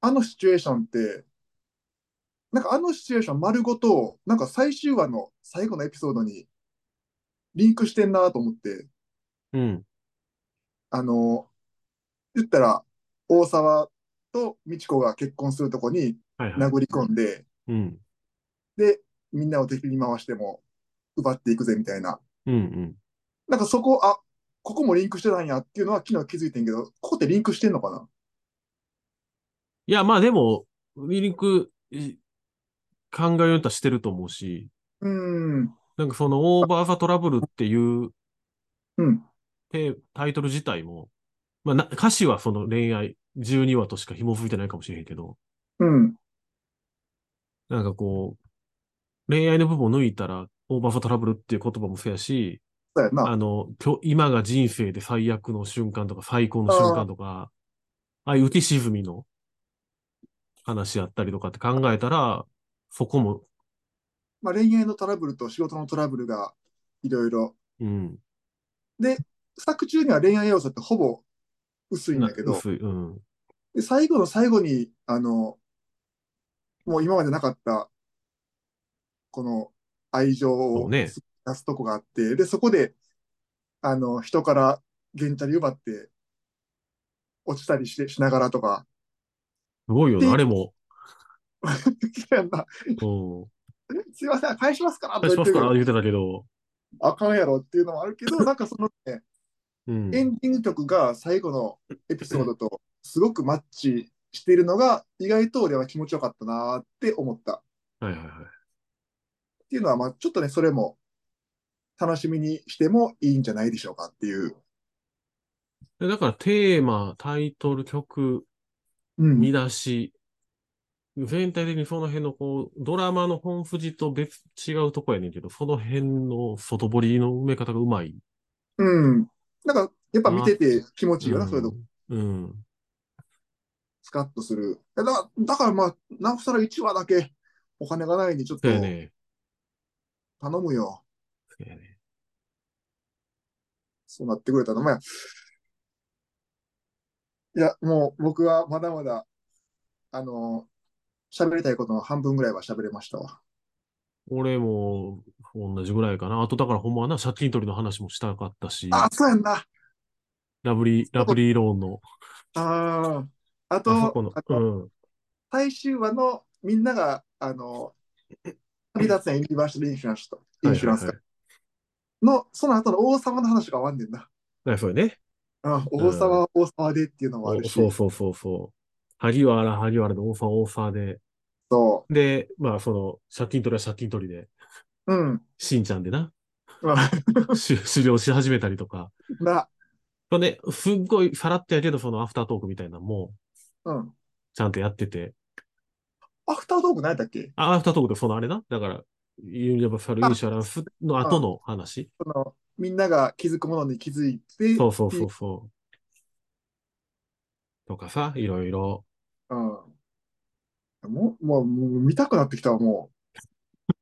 [SPEAKER 2] あのシチュエーションって、なんかあのシチュエーション丸ごと、なんか最終話の最後のエピソードにリンクしてんなと思って、
[SPEAKER 3] うん、
[SPEAKER 2] あの、言ったら、大沢と美智子が結婚するとこに
[SPEAKER 3] はいはい。
[SPEAKER 2] 殴り込んで、
[SPEAKER 3] うん、
[SPEAKER 2] で、みんなを敵に回しても奪っていくぜみたいな。
[SPEAKER 3] うん、うん。
[SPEAKER 2] なんかそこ、あ、ここもリンクしてたんやっていうのは昨日気づいてんけど、ここってリンクしてんのかない
[SPEAKER 3] や、まあでも、ウィリンク、い考えようとはしてると思うし、
[SPEAKER 2] うーん、
[SPEAKER 3] なんかそのオーバーザトラブルっていう
[SPEAKER 2] うん、
[SPEAKER 3] テータイトル自体も、まあな、歌詞はその恋愛12話としか紐付いてないかもしれへんけど、
[SPEAKER 2] うん、
[SPEAKER 3] なんかこう、恋愛の部分を抜いたら、オーバーフォトラブルっていう言葉もそうやし、
[SPEAKER 2] そうや
[SPEAKER 3] あ
[SPEAKER 2] な。
[SPEAKER 3] の、今日今が人生で最悪の瞬間とか最高の瞬間とか、ああいう浮き沈みの話やったりとかって考えたら、そこも、
[SPEAKER 2] まあ、恋愛のトラブルと仕事のトラブルがいろいろ。
[SPEAKER 3] うん。
[SPEAKER 2] 作中には恋愛要素ってほぼ薄いんだけ
[SPEAKER 3] な
[SPEAKER 2] ど、
[SPEAKER 3] 薄いうん。
[SPEAKER 2] で最後の最後に、あの、もう今までなかった、この愛情
[SPEAKER 3] そう
[SPEAKER 2] を
[SPEAKER 3] ね
[SPEAKER 2] 出すとこがあって、で、そこで、あの、人から原チャリ奪って、落ちたりしてしながらとか、
[SPEAKER 3] すごいよね、
[SPEAKER 2] で
[SPEAKER 3] あれも。
[SPEAKER 2] 嫌やな
[SPEAKER 3] うん。
[SPEAKER 2] すいません、返しますからと
[SPEAKER 3] 返
[SPEAKER 2] 言
[SPEAKER 3] しま
[SPEAKER 2] って
[SPEAKER 3] すか
[SPEAKER 2] る
[SPEAKER 3] ら言ってたけど。
[SPEAKER 2] あかんやろっていうのもある けど、なんかそのね、
[SPEAKER 3] うん。
[SPEAKER 2] エンディング曲が最後のエピソードとすごくマッチしているのが、意外と俺は気持ちよかったなーって思った。
[SPEAKER 3] はいはいはい。
[SPEAKER 2] っていうのは、まあ、ちょっとね、それも楽しみにしてもいいんじゃないでしょうかっていう。
[SPEAKER 3] でだからテーマ、タイトル、曲、
[SPEAKER 2] うん
[SPEAKER 3] 見出し、全体的にその辺のこう、ドラマの本筋と別違うとこやねんけど、その辺の外堀の埋め方がうまい。
[SPEAKER 2] うん。なんか、やっぱ見てて気持ちいいよな、
[SPEAKER 3] うん
[SPEAKER 2] そういうとこ、
[SPEAKER 3] うん。
[SPEAKER 2] スカッとする。だだから、まあ、なおさら1話だけお金がないんで、ちょっと
[SPEAKER 3] そうやね。
[SPEAKER 2] 頼むよ。
[SPEAKER 3] そうやね。
[SPEAKER 2] そうなってくれたら、まあ、いや、もう僕はまだまだ、あの、喋りたいことの半分ぐらいは喋れましたわ。
[SPEAKER 3] 俺も同じぐらいかな。あとだからほんまはな、借金取りの話もしたかったし、
[SPEAKER 2] あ、そうやんな。
[SPEAKER 3] ラブリー、ラブリーローンの、
[SPEAKER 2] ああ。あ
[SPEAKER 3] あそこの
[SPEAKER 2] と、あ、
[SPEAKER 3] う
[SPEAKER 2] と、
[SPEAKER 3] ん。
[SPEAKER 2] 最終話のみんなが、あの、旅立つやんユニバーシャルインシュランスと、インシュランス
[SPEAKER 3] はい
[SPEAKER 2] かの、その後の王様の話が終わんねんな。
[SPEAKER 3] はいはい。そうやね。
[SPEAKER 2] うん、王様は王様でっていうのもあるし、
[SPEAKER 3] そうそうそうそう。萩原、萩原のオーファー、オーファーで。
[SPEAKER 2] そ
[SPEAKER 3] で、まあ、その、借金取りは借金取りで、
[SPEAKER 2] う。うん。
[SPEAKER 3] しんちゃんでな、
[SPEAKER 2] まあ、
[SPEAKER 3] し狩猟し始めたりとか。
[SPEAKER 2] な、
[SPEAKER 3] まあね、すっごいさらってやけど、そのアフタートークみたいなのも、
[SPEAKER 2] うん。
[SPEAKER 3] ちゃんとやってて。
[SPEAKER 2] アフタートーク何やったっけ
[SPEAKER 3] あ、アフタートークでそのあれな。だから、ユニバーサルインシュランスの後の話。
[SPEAKER 2] その、みんなが気づくものに気づいて、
[SPEAKER 3] そうそうそうそう。とかさ、いろいろ。
[SPEAKER 2] うん。もう、もう、もう見たくなってきたわ、も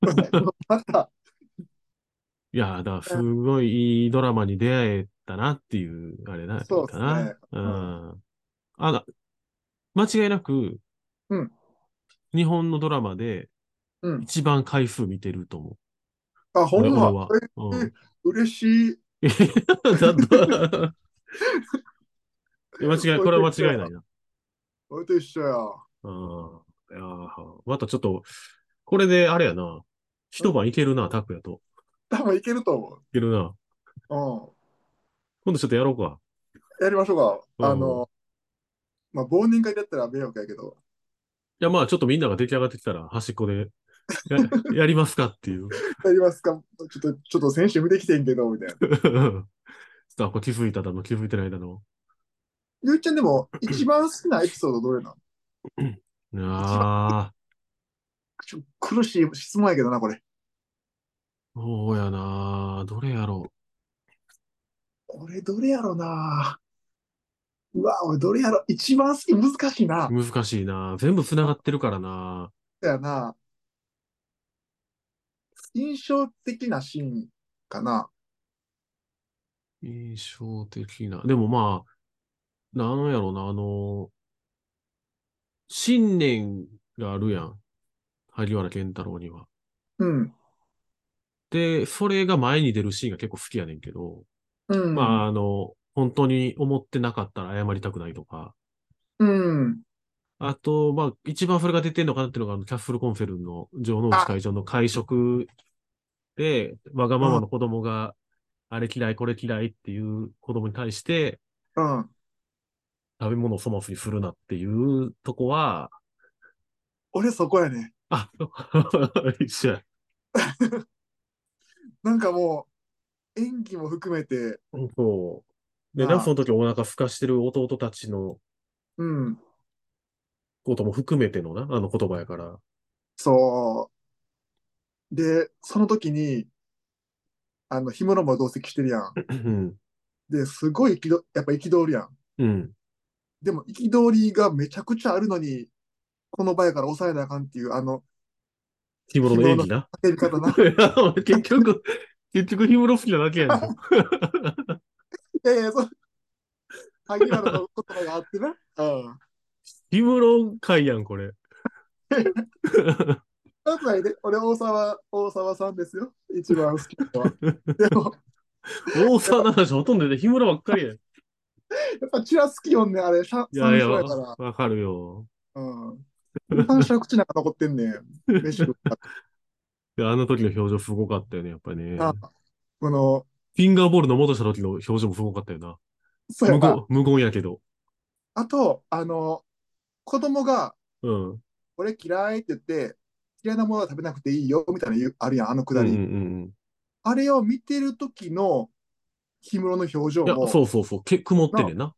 [SPEAKER 2] う。 また、
[SPEAKER 3] いやー、だからすごいいいドラマに出会えたなっていう、あれな、
[SPEAKER 2] そうっす
[SPEAKER 3] か
[SPEAKER 2] ね
[SPEAKER 3] な。うん。あの、間違いなく、
[SPEAKER 2] うん
[SPEAKER 3] 日本のドラマで
[SPEAKER 2] うん。
[SPEAKER 3] 一番回数見てると思う。
[SPEAKER 2] あ、ほんま、
[SPEAKER 3] 俺は
[SPEAKER 2] これ。
[SPEAKER 3] うん。
[SPEAKER 2] 嬉しい。
[SPEAKER 3] だと間違い、これは間違いないな。
[SPEAKER 2] 俺と一緒や。
[SPEAKER 3] うん。いやーまたちょっと、これであれやな。一晩いけるな、タクヤと。
[SPEAKER 2] 多分いけると
[SPEAKER 3] いけるな。
[SPEAKER 2] 思う。
[SPEAKER 3] 今度ちょっとやろうか。
[SPEAKER 2] うん。やりましょうか。
[SPEAKER 3] うん
[SPEAKER 2] あの、まあ、忘年会だったら迷惑やけど、
[SPEAKER 3] いや、まあ、ちょっとみんなが出来上がってきたら、端っこで、や、やりますかっていう。
[SPEAKER 2] やりますかちょっと、ちょっと先週見てきてんけど、みたいな。
[SPEAKER 3] ちょっと、あ、これ気づいただの、気づいてないだの。
[SPEAKER 2] ゆうちゃんでも、一番好きなエピソードどれなの
[SPEAKER 3] ああ、
[SPEAKER 2] ちょ苦しい質問やけどな、これ。
[SPEAKER 3] そうやな。どれやろ
[SPEAKER 2] 俺、どれやろな。うわ、俺、どれやろ。一番好き、難しいな
[SPEAKER 3] う。。難しいな。全部繋がってるからな。
[SPEAKER 2] だよな。印象的なシーンかな。
[SPEAKER 3] 印象的な。でもまあ、なんやろな、あの、信念があるやん。萩原健太郎には。
[SPEAKER 2] うん。
[SPEAKER 3] で、それが前に出るシーンが結構好きやねんけど、
[SPEAKER 2] うん。
[SPEAKER 3] まあ、あの、本当に思ってなかったら謝りたくないとか、
[SPEAKER 2] うん。
[SPEAKER 3] あと、まあ、一番それが出てんのかなっていうのが、あの、キャッフルコンフェルンの城之内会長の会食で、わがままの子供が、あれ嫌い、これ嫌いっていう子供に対して、
[SPEAKER 2] うん。
[SPEAKER 3] 食べ物を粗末にするなっていうとこは、
[SPEAKER 2] 俺、そこやね。
[SPEAKER 3] あ、 一緒や。
[SPEAKER 2] なんかもう、演技も含めて、
[SPEAKER 3] そう。で、
[SPEAKER 2] ああ
[SPEAKER 3] な、その時お腹空かしてる弟たちの
[SPEAKER 2] うん。
[SPEAKER 3] ことも含めてのな、あの言葉やから。
[SPEAKER 2] そう。で、その時に、あの、氷室も同席してるやん。
[SPEAKER 3] うん。
[SPEAKER 2] で、すごい憤、やっぱ憤るやん。
[SPEAKER 3] うん。
[SPEAKER 2] でも、憤りがめちゃくちゃあるのに、この場やから抑えなあかんっていう、あの、
[SPEAKER 3] 日頃の演技な。
[SPEAKER 2] 叫び方 な。い
[SPEAKER 3] 結局、結局、氷室好きなだけ やんか。
[SPEAKER 2] やいや、そう。萩原の言葉があってな。うん。
[SPEAKER 3] 氷室会やん、これ。
[SPEAKER 2] 関西で、俺大沢、大沢さんですよ。一番好きな のは。でも、
[SPEAKER 3] 大沢の話ほとんどで氷室ばっかり やん。い
[SPEAKER 2] やっぱチラ好きよんね、あれ、シャン
[SPEAKER 3] やいや、
[SPEAKER 2] やか
[SPEAKER 3] わかるよ。
[SPEAKER 2] ら。うん。三者口なんか残ってんねん。 飯食った
[SPEAKER 3] いやあの時の表情すごかったよね、やっぱりね。
[SPEAKER 2] ら。この、
[SPEAKER 3] フィンガーボールの戻した時の表情もすごかったよな。
[SPEAKER 2] そうや
[SPEAKER 3] 無
[SPEAKER 2] な。
[SPEAKER 3] 言、無言やけど。
[SPEAKER 2] あと、あの、子供が、
[SPEAKER 3] うん。うん
[SPEAKER 2] 俺嫌いって言って、嫌いなものは食べなくていいよ、みたいな言う、あるやん、あのく
[SPEAKER 3] う
[SPEAKER 2] だ
[SPEAKER 3] ん
[SPEAKER 2] り。
[SPEAKER 3] うん
[SPEAKER 2] あれを見てる時の、氷室の表情
[SPEAKER 3] うん。いや、
[SPEAKER 2] も、
[SPEAKER 3] そうそうそう。け曇ってんねんな。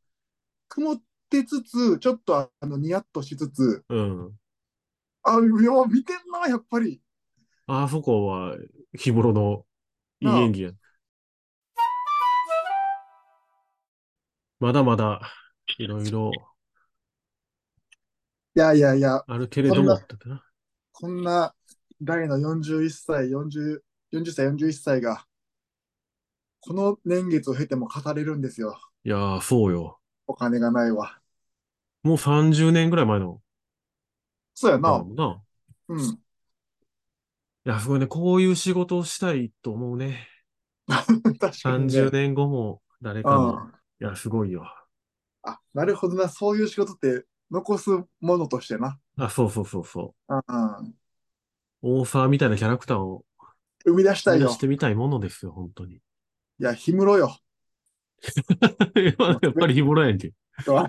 [SPEAKER 2] 曇ってつつ、ちょっとあの、ニヤッとしつつ、
[SPEAKER 3] うん。
[SPEAKER 2] あ、いや見てんな、やっぱり。
[SPEAKER 3] あそこは、氷室のいい
[SPEAKER 2] なあ
[SPEAKER 3] 演技や。まだまだ、いろいろ
[SPEAKER 2] いやいやいや、
[SPEAKER 3] あるけれども、
[SPEAKER 2] そんこんな大の41歳、40, 40歳、41歳が、この年月を経ても語れるんですよ。
[SPEAKER 3] いやー、そうよ。
[SPEAKER 2] お金がないわ。
[SPEAKER 3] もう30年ぐらい前の
[SPEAKER 2] そうや
[SPEAKER 3] ドラマ
[SPEAKER 2] な。
[SPEAKER 3] もな。
[SPEAKER 2] うん。
[SPEAKER 3] いや、すごいね。こういう仕事をしたいと思うね。
[SPEAKER 2] 確かに、ね。
[SPEAKER 3] 30年後も誰か
[SPEAKER 2] う
[SPEAKER 3] も。
[SPEAKER 2] ん。
[SPEAKER 3] いや、すごいよ。
[SPEAKER 2] あ、なるほどな。そういう仕事って残すものとしてな。
[SPEAKER 3] あ、そうそうそうそう。
[SPEAKER 2] うん。
[SPEAKER 3] オーファーみたいなキャラクターを
[SPEAKER 2] 生み出した
[SPEAKER 3] 生
[SPEAKER 2] い
[SPEAKER 3] み出
[SPEAKER 2] よ
[SPEAKER 3] し。てみたいものですよ、本当に。
[SPEAKER 2] いや、氷室 よ。
[SPEAKER 3] やっぱり日頃やんけ。
[SPEAKER 2] とはや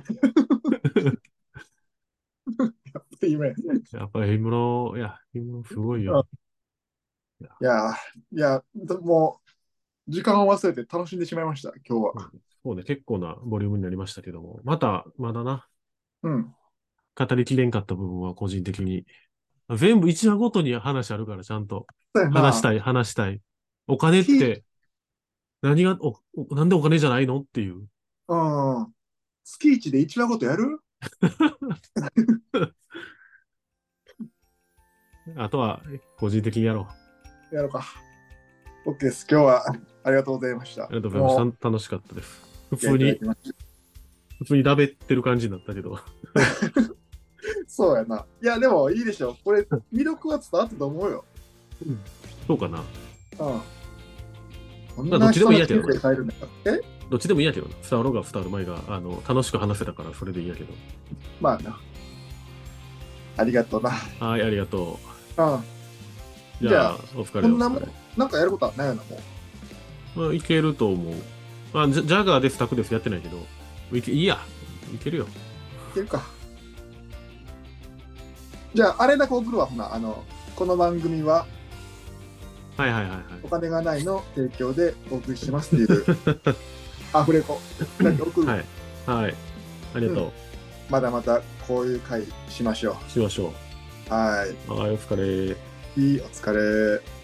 [SPEAKER 2] っぱり今や
[SPEAKER 3] やっぱり日頃、いや、日頃すごいよ。
[SPEAKER 2] いや、いや、もう、時間を忘れて楽しんでしまいました、今日は。
[SPEAKER 3] そうね、結構なボリュームになりましたけども。また、まだな、
[SPEAKER 2] うん。
[SPEAKER 3] 語りきれんかった部分は個人的に。全部一話ごとに話あるから、ちゃんと。
[SPEAKER 2] そうやな
[SPEAKER 3] 話したい、話したい。お金って、何が、お、おなんでお金じゃないのっていう。
[SPEAKER 2] うん。月一で一話ごとやる
[SPEAKER 3] あとは、個人的にやろう。
[SPEAKER 2] やろうか。OK です。今日はありがとうございました。あ
[SPEAKER 3] ありがとうございました。楽しかったです。普
[SPEAKER 2] も
[SPEAKER 3] 通
[SPEAKER 2] ういやい
[SPEAKER 3] に
[SPEAKER 2] た、だきまし
[SPEAKER 3] 普通にだべってる感じになったけど。
[SPEAKER 2] たそうやな。いや、でもいいでしょ。これ、魅力は伝わったと思うよ。
[SPEAKER 3] そうかな。
[SPEAKER 2] うん。こん
[SPEAKER 3] まあどっちでもいいやけど
[SPEAKER 2] 人の人生変えるんだからえ
[SPEAKER 3] どっちでもいいやけどな、伝わろうが伝わる前が、あの、楽しく話せたからそれでいいやけど。
[SPEAKER 2] まあな。ありがとうな。
[SPEAKER 3] はい、ありがと
[SPEAKER 2] うん。
[SPEAKER 3] う。じ
[SPEAKER 2] じゃ
[SPEAKER 3] ゃあ
[SPEAKER 2] あ、
[SPEAKER 3] お疲れ
[SPEAKER 2] こんな
[SPEAKER 3] お
[SPEAKER 2] も
[SPEAKER 3] 疲れ
[SPEAKER 2] ん、なんかやることはないよな、もう。
[SPEAKER 3] まあ、いけると思う。まあ、ジャジャガーです、タクです、やってないけど。いけ、いいや。いけるよ。
[SPEAKER 2] いけるか。じゃあ、あれだけ送るわ、ほな。あの、この番組は
[SPEAKER 3] はいはいはいはい。
[SPEAKER 2] お金がないの提供でお送りしますって いう、アフレコ。だけ送る、
[SPEAKER 3] はい。はい。ありがとう。
[SPEAKER 2] まだまたこういう回しましょ
[SPEAKER 3] しましょ
[SPEAKER 2] う。は
[SPEAKER 3] う。はい、お疲れ。
[SPEAKER 2] い。いいお疲れ。